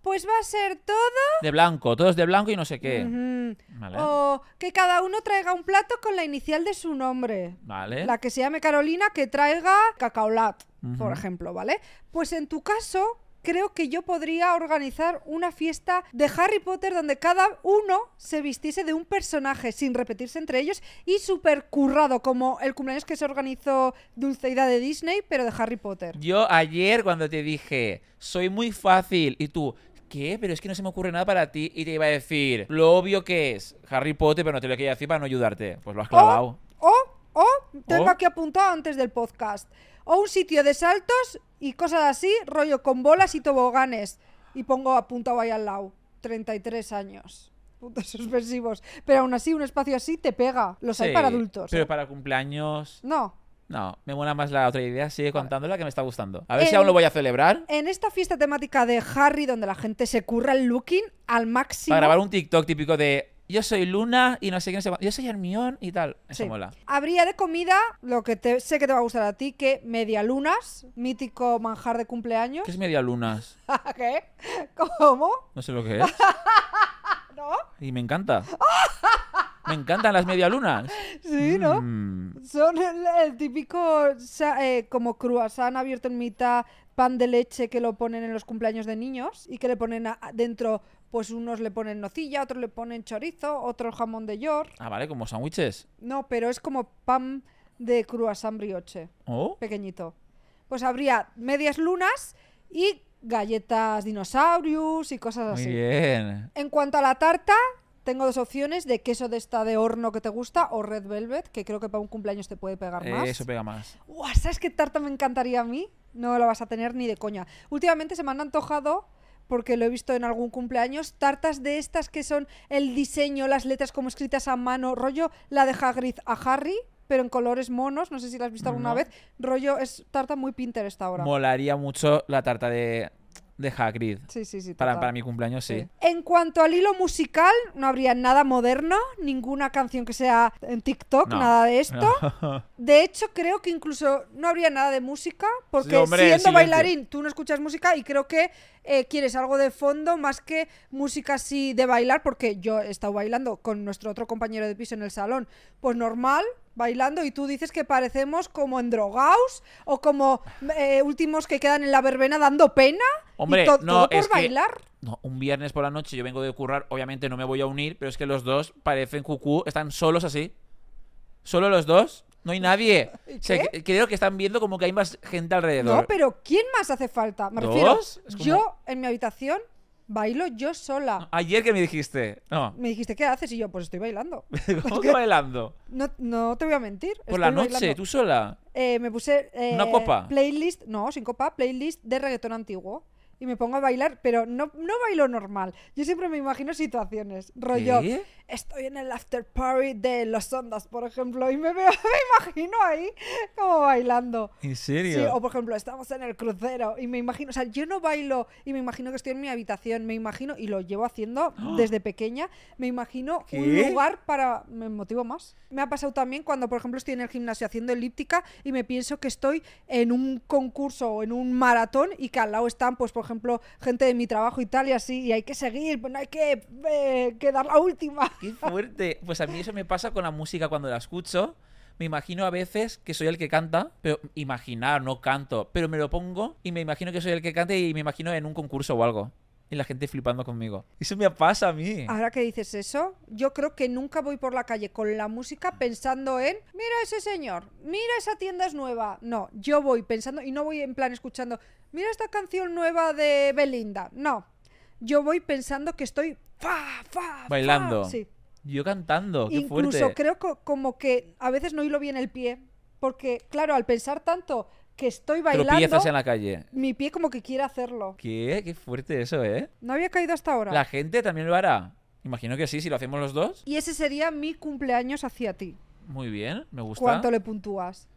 S2: pues va a ser todo.
S3: De blanco, todos de blanco y no sé qué.
S2: Ujú. Oh,
S3: Vale.
S2: O que cada uno traiga un plato con la inicial de su nombre.
S3: Vale.
S2: La que se llame Carolina, que traiga cacaolat, por
S3: ¿Eh? Ujú.
S2: ejemplo, ¿vale? Pues en tu caso, creo que yo podría organizar una fiesta de Harry Potter donde cada uno se vistiese de un personaje sin repetirse entre ellos y súper currado, como el cumpleaños que se organizó Dulceida de Disney, pero de Harry Potter.
S3: Yo ayer cuando te dije, soy muy fácil, y tú, ¿qué? Pero es que no se me ocurre nada para ti, y te iba a decir, lo obvio que es Harry Potter, pero no te lo quería decir para no ayudarte. Pues lo
S2: Oh,
S3: has clavado.
S2: O, o, tengo
S3: O.
S2: aquí apuntado antes del podcast, o un sitio de saltos y cosas así, rollo con bolas y toboganes. Y pongo apuntado ahí al lado, 33 años. Puntos suspensivos. Pero aún así, un espacio así te pega. Los hay
S3: Sí,
S2: para adultos.
S3: Pero
S2: ¿eh?
S3: para cumpleaños.
S2: No.
S3: No, me mola más la otra idea. Sigue contándola que me está gustando. A ver si
S2: El-
S3: aún lo voy a celebrar.
S2: En esta fiesta temática de Harry, donde la gente se curra el looking al máximo.
S3: Para grabar un TikTok típico de yo soy Luna y no sé quién se Yo soy Hermión y tal. Eso
S2: Sí.
S3: mola.
S2: Habría de comida lo que te- sé que te va a gustar a ti, que medialunas, mítico manjar de cumpleaños.
S3: ¿Qué es media lunas?
S2: ¿Qué? ¿Cómo?
S3: No sé lo que es.
S2: ¿No?
S3: Y me encanta. Me encantan las medialunas.
S2: Sí, ¿no?
S3: Mm.
S2: Son el, el típico sa- eh, como cruasán abierto en mitad, pan de leche que lo ponen en los cumpleaños de niños y que le ponen a- dentro, pues unos le ponen nocilla, otros le ponen chorizo, otros jamón de york.
S3: Ah, vale, como sándwiches.
S2: No, pero es como pan de cruasán brioche,
S3: Oh,
S2: pequeñito. Pues habría medias lunas y galletas dinosaurios y cosas
S3: muy
S2: así.
S3: bien.
S2: En cuanto a la tarta, tengo dos opciones de queso de esta de horno que te gusta o red velvet, que creo que para un cumpleaños te puede pegar
S3: Eh,
S2: más.
S3: eso pega más.
S2: Buah, ¿Sabes qué tarta me encantaría a mí? No la vas a tener ni de coña. Últimamente se me han antojado, porque lo he visto en algún cumpleaños, tartas de estas que son el diseño, las letras como escritas a mano, rollo la de Hagrid a Harry, pero en colores monos, no sé si la has visto alguna
S3: No.
S2: vez, rollo es tarta muy Pinterest ahora.
S3: Molaría mucho la tarta de, de Hagrid.
S2: sí, sí, sí.
S3: Para,
S2: total.
S3: para mi cumpleaños, sí.
S2: En cuanto al hilo musical, no habría nada moderno, ninguna canción que sea en TikTok,
S3: No,
S2: nada de esto.
S3: No.
S2: De hecho, creo que incluso no habría nada de música, porque
S3: Sí, hombre,
S2: siendo
S3: silencio.
S2: bailarín tú no escuchas música y creo que eh, quieres algo de fondo más que música así de bailar, porque yo he estado bailando con nuestro otro compañero de piso en el salón, pues normal, bailando, y tú dices que parecemos como endrogaos o como eh, últimos que quedan en la verbena dando pena.
S3: Hombre,
S2: y to-
S3: no,
S2: todo por
S3: es que-
S2: bailar.
S3: No, un viernes por la noche yo vengo de currar, obviamente no me voy a unir, pero es que los dos parecen cucú, están solos así. Solo los dos, no hay nadie.
S2: ¿Y
S3: O sea,
S2: qué?
S3: que- creo que están viendo como que hay más gente alrededor.
S2: No, pero ¿quién más hace falta? Me
S3: ¿Dos?
S2: refiero,
S3: Es como-
S2: yo en mi habitación bailo yo sola.
S3: Ayer que me dijiste, no,
S2: Me dijiste, ¿qué haces? Y yo, pues estoy bailando.
S3: ¿cómo que bailando?
S2: No, no te voy a mentir.
S3: Por la
S2: estoy
S3: noche,
S2: bailando.
S3: tú sola.
S2: Eh, me puse. eh,
S3: ¿Una copa?
S2: Playlist, no, sin copa, playlist de reggaetón antiguo. Y me pongo a bailar, pero no, no bailo normal. Yo siempre me imagino situaciones. Rollo,
S3: ¿Qué?
S2: estoy en el after party de los ondas, por ejemplo, y me, veo- me imagino ahí como bailando.
S3: ¿En
S2: Sí,
S3: serio?
S2: o por ejemplo, estamos en el crucero y me imagino, o sea, yo no bailo y me imagino que estoy en mi habitación, me imagino, y lo llevo haciendo desde pequeña, me imagino un
S3: ¿Qué?
S2: lugar para... me motivo más. Me ha pasado también cuando, por ejemplo, estoy en el gimnasio haciendo elíptica y me pienso que estoy en un concurso o en un maratón y que al lado están, pues, por ejemplo, gente de mi trabajo y tal y así, y hay que seguir, pues no hay que, eh, que dar la última.
S3: Qué fuerte. Pues a mí eso me pasa con la música cuando la escucho. Me imagino a veces que soy el que canta, pero imaginar, no canto, pero me lo pongo y me imagino que soy el que cante y me imagino en un concurso o algo. Y la gente flipando conmigo. Eso me pasa a mí.
S2: Ahora que dices eso, yo creo que nunca voy por la calle con la música pensando en, mira ese señor, mira esa tienda es nueva. No, yo voy pensando y no voy en plan escuchando, mira esta canción nueva de Belinda. No, yo voy pensando que estoy fa, fa, fa.
S3: Bailando.
S2: Sí.
S3: Yo cantando. Qué
S2: Incluso
S3: fuerte.
S2: creo co- como que a veces no hilo bien el pie, porque claro, al pensar tanto que estoy bailando,
S3: Tropiezas en la calle.
S2: mi pie como que quiere hacerlo.
S3: ¿Qué? Qué fuerte eso, ¿eh?
S2: No había caído hasta ahora.
S3: La gente también lo hará. Imagino que sí, si lo hacemos los dos.
S2: Y ese sería mi cumpleaños hacia ti.
S3: Muy bien, me gusta.
S2: ¿Cuánto le puntúas?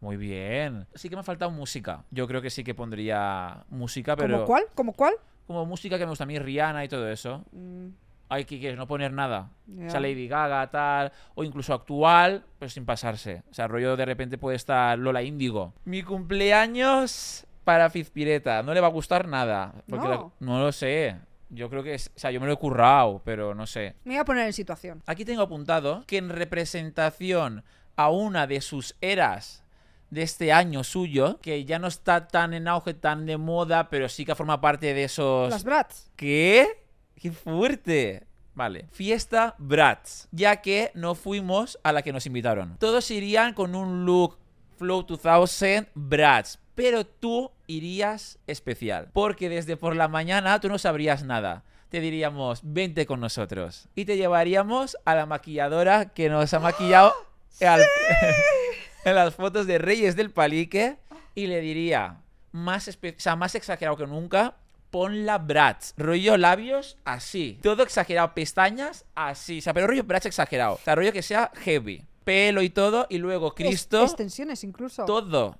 S3: Muy bien. Sí que me ha faltado música. Yo creo que sí que pondría música, Ah, pero.
S2: ¿Como cuál? ¿Como cuál?
S3: Como música que me gusta a mí, Rihanna y todo eso.
S2: Mm,
S3: Hay que que no poner nada.
S2: Ya.
S3: O sea, Lady Gaga, tal. O incluso actual, pero sin pasarse. O sea, rollo de repente puede estar Lola Índigo. Mi cumpleaños para Fizpireta. No le va a gustar nada. Porque la-
S2: No.
S3: no lo sé. Yo creo que es. O sea, yo me lo he currado, pero no sé.
S2: Me voy a poner en situación.
S3: Aquí tengo apuntado que en representación a una de sus eras de este año suyo, que ya no está tan en auge, tan de moda, pero sí que forma parte de esos...
S2: Las Brats.
S3: ¿Qué? ¡Qué fuerte! Vale, fiesta Bratz, ya que no fuimos a la que nos invitaron. Todos irían con un look Flow 2000 Bratz, pero tú irías especial, porque desde por la mañana tú no sabrías nada. Te diríamos, vente con nosotros. Y te llevaríamos a la maquilladora que nos ha maquillado al- en las fotos de Reyes del Palique y le diría, más, espe- o sea, más exagerado que nunca, pon la Bratz, rollo labios así, todo exagerado, pestañas así, o sea, pero rollo Bratz exagerado, o sea, rollo que sea heavy, pelo y todo, y luego Cristo,
S2: Es- extensiones incluso.
S3: todo.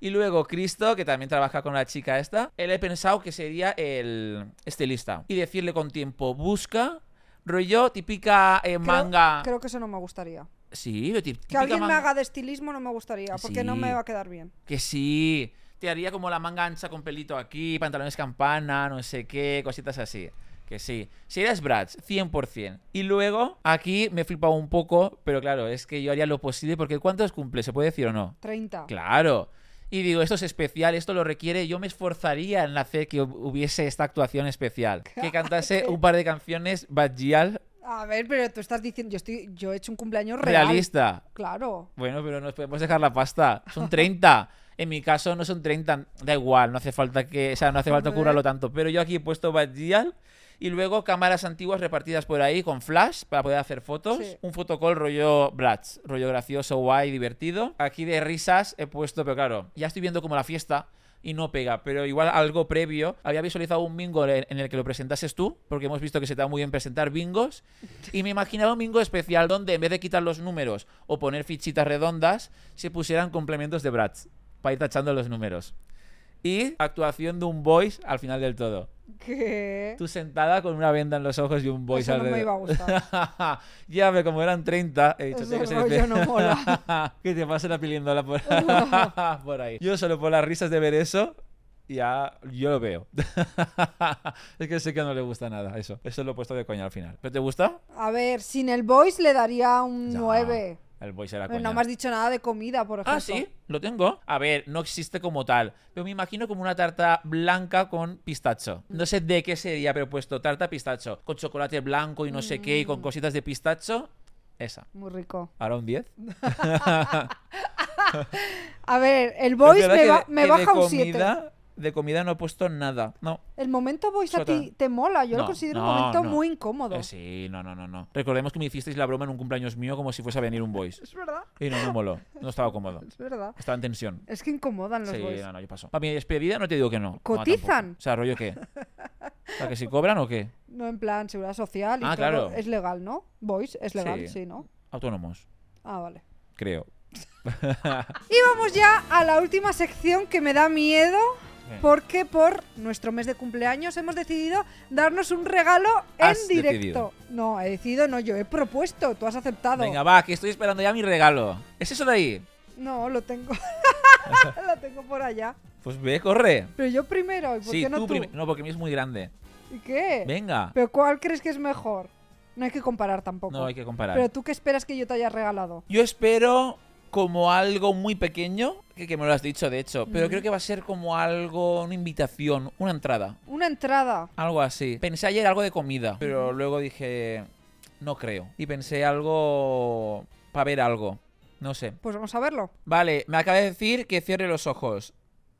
S3: Y luego Cristo, que también trabaja con la chica esta, él he pensado que sería el estilista. Y decirle con tiempo, busca, rollo, típica eh,
S2: Creo-
S3: manga.
S2: Creo que eso no me gustaría.
S3: Sí, pero tí-
S2: Que
S3: típica
S2: alguien me
S3: manga-
S2: haga de estilismo no me gustaría, porque no
S3: Sí.
S2: me va a quedar bien.
S3: Que sí. Te haría como la manga ancha con pelito aquí, pantalones campana, no sé qué, cositas así. Que sí. Si eres Bratz, 100%. Y luego, aquí me he flipado un poco, pero claro, es que yo haría lo posible porque ¿cuántos cumple? ¿Se puede decir o no?
S2: 30.
S3: Claro. Y digo, esto es especial, esto lo requiere. Yo me esforzaría en hacer que hu- hubiese esta actuación especial. Que cantase un par de canciones Bajal
S2: A ver, pero tú estás diciendo, yo estoy yo he hecho un cumpleaños real.
S3: realista.
S2: Claro.
S3: Bueno, pero nos podemos dejar la pasta. Son 30. En mi caso no son 30. Da igual, no hace falta que. O sea, no hace falta
S2: Hombre.
S3: curarlo tanto. Pero yo aquí he puesto Bajal y luego cámaras antiguas repartidas por ahí con flash para poder hacer fotos.
S2: Sí.
S3: Un fotocall rollo Bratz, rollo gracioso, guay, divertido. Aquí de risas he puesto, pero claro, ya estoy viendo como la fiesta. Y no pega, pero igual algo previo. Había visualizado un bingo en en el que lo presentases tú, porque hemos visto que se te da muy bien presentar bingos. Y me imaginaba un bingo especial donde en vez de quitar los números o poner fichitas redondas, se pusieran complementos de Bratz para ir tachando los números. Y actuación de un voice al final del todo.
S2: Que
S3: Tú sentada con una venda en los ojos y un voice
S2: eso no me iba a
S3: alrededor.
S2: gustar.
S3: ya, pero como eran 30, he dicho,
S2: Ese
S3: tengo que ser
S2: rollo
S3: espe-
S2: no
S3: que te pase la pilindola por, por ahí. Yo solo por las risas de ver eso, ya yo lo veo. es que sé que no le gusta nada eso. Eso lo he puesto de coña al final. ¿Pero te gusta?
S2: A ver, sin el voice le daría un
S3: Ya,
S2: 9.
S3: El voice era
S2: Pero
S3: coña.
S2: No me has dicho nada de comida, por ejemplo.
S3: Ah, sí, lo tengo. A ver, no existe como tal. Pero me imagino como una tarta blanca con pistacho.
S2: Mm.
S3: No sé de qué sería, pero he puesto tarta pistacho. Con chocolate blanco y no sé qué, y
S2: Mm.
S3: con cositas de pistacho. Esa.
S2: Muy rico.
S3: ¿Ahora un 10?
S2: A ver, el
S3: Es
S2: voice
S3: verdad
S2: me,
S3: que
S2: ba-
S3: de-
S2: me
S3: que de
S2: baja un 7.
S3: comida- De comida no he puesto nada. No.
S2: El momento voice a
S3: Sota.
S2: ti te mola. Yo lo
S3: No,
S2: considero
S3: no,
S2: un momento
S3: no.
S2: muy incómodo.
S3: Eh, sí, no, no, no, no. Recordemos que me hicisteis la broma en un cumpleaños mío como si fuese a venir un voice.
S2: Es verdad,
S3: Y no me moló. No estaba cómodo.
S2: es verdad.
S3: Estaba en tensión.
S2: Es que incomodan los
S3: Sí,
S2: voice.
S3: no, no, yo paso. Para mi despedida no te digo que no. No,
S2: ¿Cotizan?
S3: tampoco. o sea, rollo qué. ¿O sea, que si cobran o qué?
S2: No en plan seguridad social y
S3: Ah,
S2: todo.
S3: claro.
S2: Es legal, ¿no? Voice es legal,
S3: Sí.
S2: sí. ¿no?
S3: Autónomos,
S2: Ah, vale.
S3: creo.
S2: Y vamos ya a la última sección que me da miedo.
S3: Bien.
S2: Porque por nuestro mes de cumpleaños hemos decidido darnos un regalo en
S3: Has
S2: directo. No, he decidido, no, yo he propuesto, tú has aceptado.
S3: Venga, va, que estoy esperando ya mi regalo. ¿Es eso de ahí?
S2: No, lo tengo. lo tengo por allá.
S3: Pues ve, corre.
S2: Pero yo primero, ¿y por
S3: Sí,
S2: qué no
S3: tú
S2: tú?
S3: prim- No, porque mi es muy grande.
S2: ¿Y qué?
S3: Venga.
S2: ¿Pero cuál crees que es mejor? No hay que comparar tampoco.
S3: No hay que comparar.
S2: Pero tú qué esperas que yo te haya regalado.
S3: Yo espero como algo muy pequeño, que, que me lo has dicho de hecho, pero creo que va a ser como algo, una invitación, una entrada,
S2: Una entrada.
S3: algo así. Pensé ayer algo de comida, pero luego dije, no creo. Y pensé algo para ver algo, no sé.
S2: Pues vamos a verlo.
S3: Vale, me acaba de decir que cierre los ojos.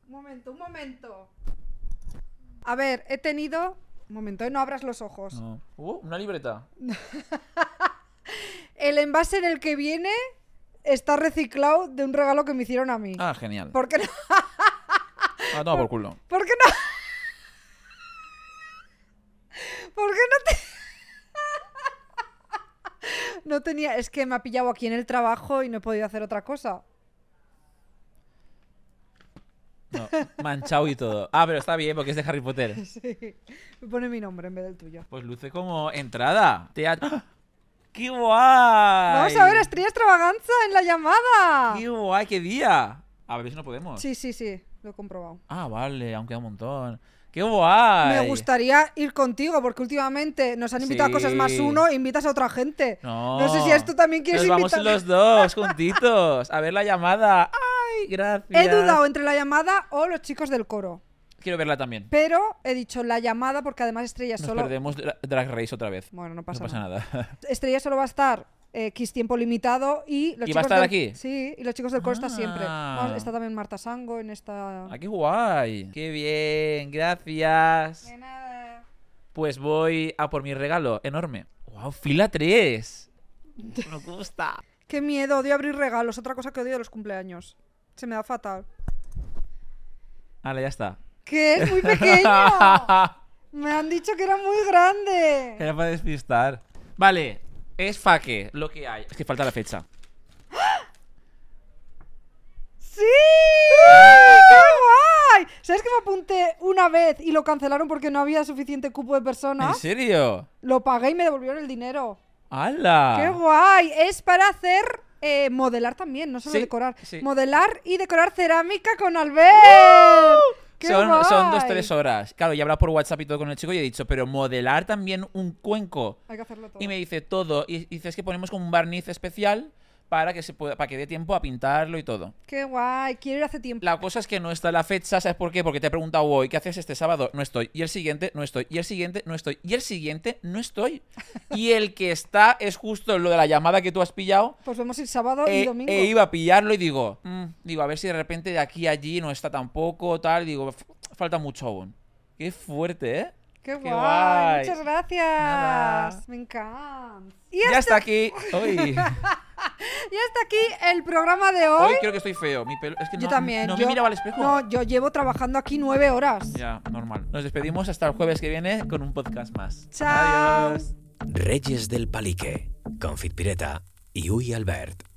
S2: Un momento, un momento. A ver, he tenido. Un momento, ¿eh? no abras los ojos.
S3: No. Uh, una libreta.
S2: El envase en el que viene está reciclado de un regalo que me hicieron a mí.
S3: Ah, genial.
S2: ¿Por qué no?
S3: Ah, toma por culo.
S2: ¿Por qué no? ¿Por qué no te.? No tenía. Es que me ha pillado aquí en el trabajo y no he podido hacer otra cosa.
S3: No, manchado y todo. Ah, pero está bien porque es de Harry Potter.
S2: Sí. Me pone mi nombre en vez del tuyo.
S3: Pues luce como entrada. Teatro. ¡Ah! ¡Qué guay!
S2: Vamos a ver Estrella Extravaganza en la llamada.
S3: ¡Qué guay! ¡Qué día! A ver si no podemos.
S2: Sí, sí, sí. Lo he comprobado.
S3: Ah, vale, aunque queda un montón. ¡Qué guay!
S2: Me gustaría ir contigo porque últimamente nos han invitado a cosas más
S3: Sí.
S2: uno e invitas a otra gente.
S3: No.
S2: sé si a esto también quieres
S3: Nos vamos
S2: invitarme.
S3: los dos juntitos. A ver la llamada. ¡Ay, gracias!
S2: He dudado entre la llamada o los chicos del coro.
S3: Quiero verla también.
S2: Pero he dicho la llamada porque además Estrella
S3: Nos
S2: solo.
S3: perdemos Dra- Drag Race otra vez.
S2: Bueno, no pasa,
S3: no pasa
S2: nada.
S3: nada.
S2: Estrella solo va a estar X tiempo limitado y los
S3: ¿Y
S2: chicos
S3: va a estar
S2: del-
S3: aquí?
S2: Sí, y los chicos del coro está siempre.
S3: Ah.
S2: Vamos, está también Marta Sango en esta.
S3: Ah, qué guay. Qué bien, gracias.
S2: De nada.
S3: Pues voy a por mi regalo enorme. Wow, fila 3. Me gusta.
S2: Qué miedo, odio abrir regalos. Otra cosa que odio de los cumpleaños. Se me da fatal.
S3: Vale, ya está.
S2: ¡Que es muy pequeño! me han dicho que era muy grande.
S3: Era para despistar. Vale, es faque lo que hay. Es que falta la fecha.
S2: ¡Sí! ¡Qué guay! ¿Sabes que me apunté una vez y lo cancelaron porque no había suficiente cupo de
S3: ¿En
S2: personas?
S3: serio?
S2: Lo pagué y me devolvieron el dinero.
S3: ¡Hala!
S2: ¡Qué guay! Es para hacer eh, modelar también, no solo
S3: Sí,
S2: decorar.
S3: sí.
S2: Modelar y decorar cerámica con Albert. ¡Qué
S3: Son, son dos,
S2: guay!
S3: tres horas. Claro, ya he hablado por WhatsApp y todo con el chico y he dicho, pero modelar también un cuenco.
S2: Hay que hacerlo todo.
S3: Y me dice todo. Y dices que ponemos como un barniz especial para que, se pueda, para que dé tiempo a pintarlo y todo.
S2: ¡Qué guay! Quiero ir hace tiempo.
S3: La cosa es que no está la fecha, ¿sabes por qué? Porque te he preguntado hoy, ¿qué haces este sábado? No estoy. Y el siguiente, no estoy. Y el siguiente, no estoy. Y el siguiente, no estoy. Y el que está es justo lo de la llamada que tú has pillado.
S2: Pues vamos a ir sábado y
S3: E,
S2: domingo.
S3: e iba a pillarlo y digo, mm, digo, a ver si de repente de aquí a allí no está tampoco, tal. Digo, "F- falta mucho aún. Qué fuerte, ¿eh?
S2: ¡Qué, guay!
S3: guay.
S2: Muchas gracias.
S3: Nada.
S2: Me encanta. Y
S3: Ya está aquí. Uy.
S2: Y hasta aquí el programa de hoy.
S3: Hoy creo que estoy feo. Mi pelo. Es que
S2: yo
S3: no,
S2: también.
S3: no
S2: yo-
S3: me miraba al espejo.
S2: No, yo llevo trabajando aquí nueve horas.
S3: Ya, normal. Nos despedimos hasta el jueves que viene con un podcast más.
S2: Chao.
S3: Adiós.
S1: Reyes del Palique, Confit Pireta y Uy Albert.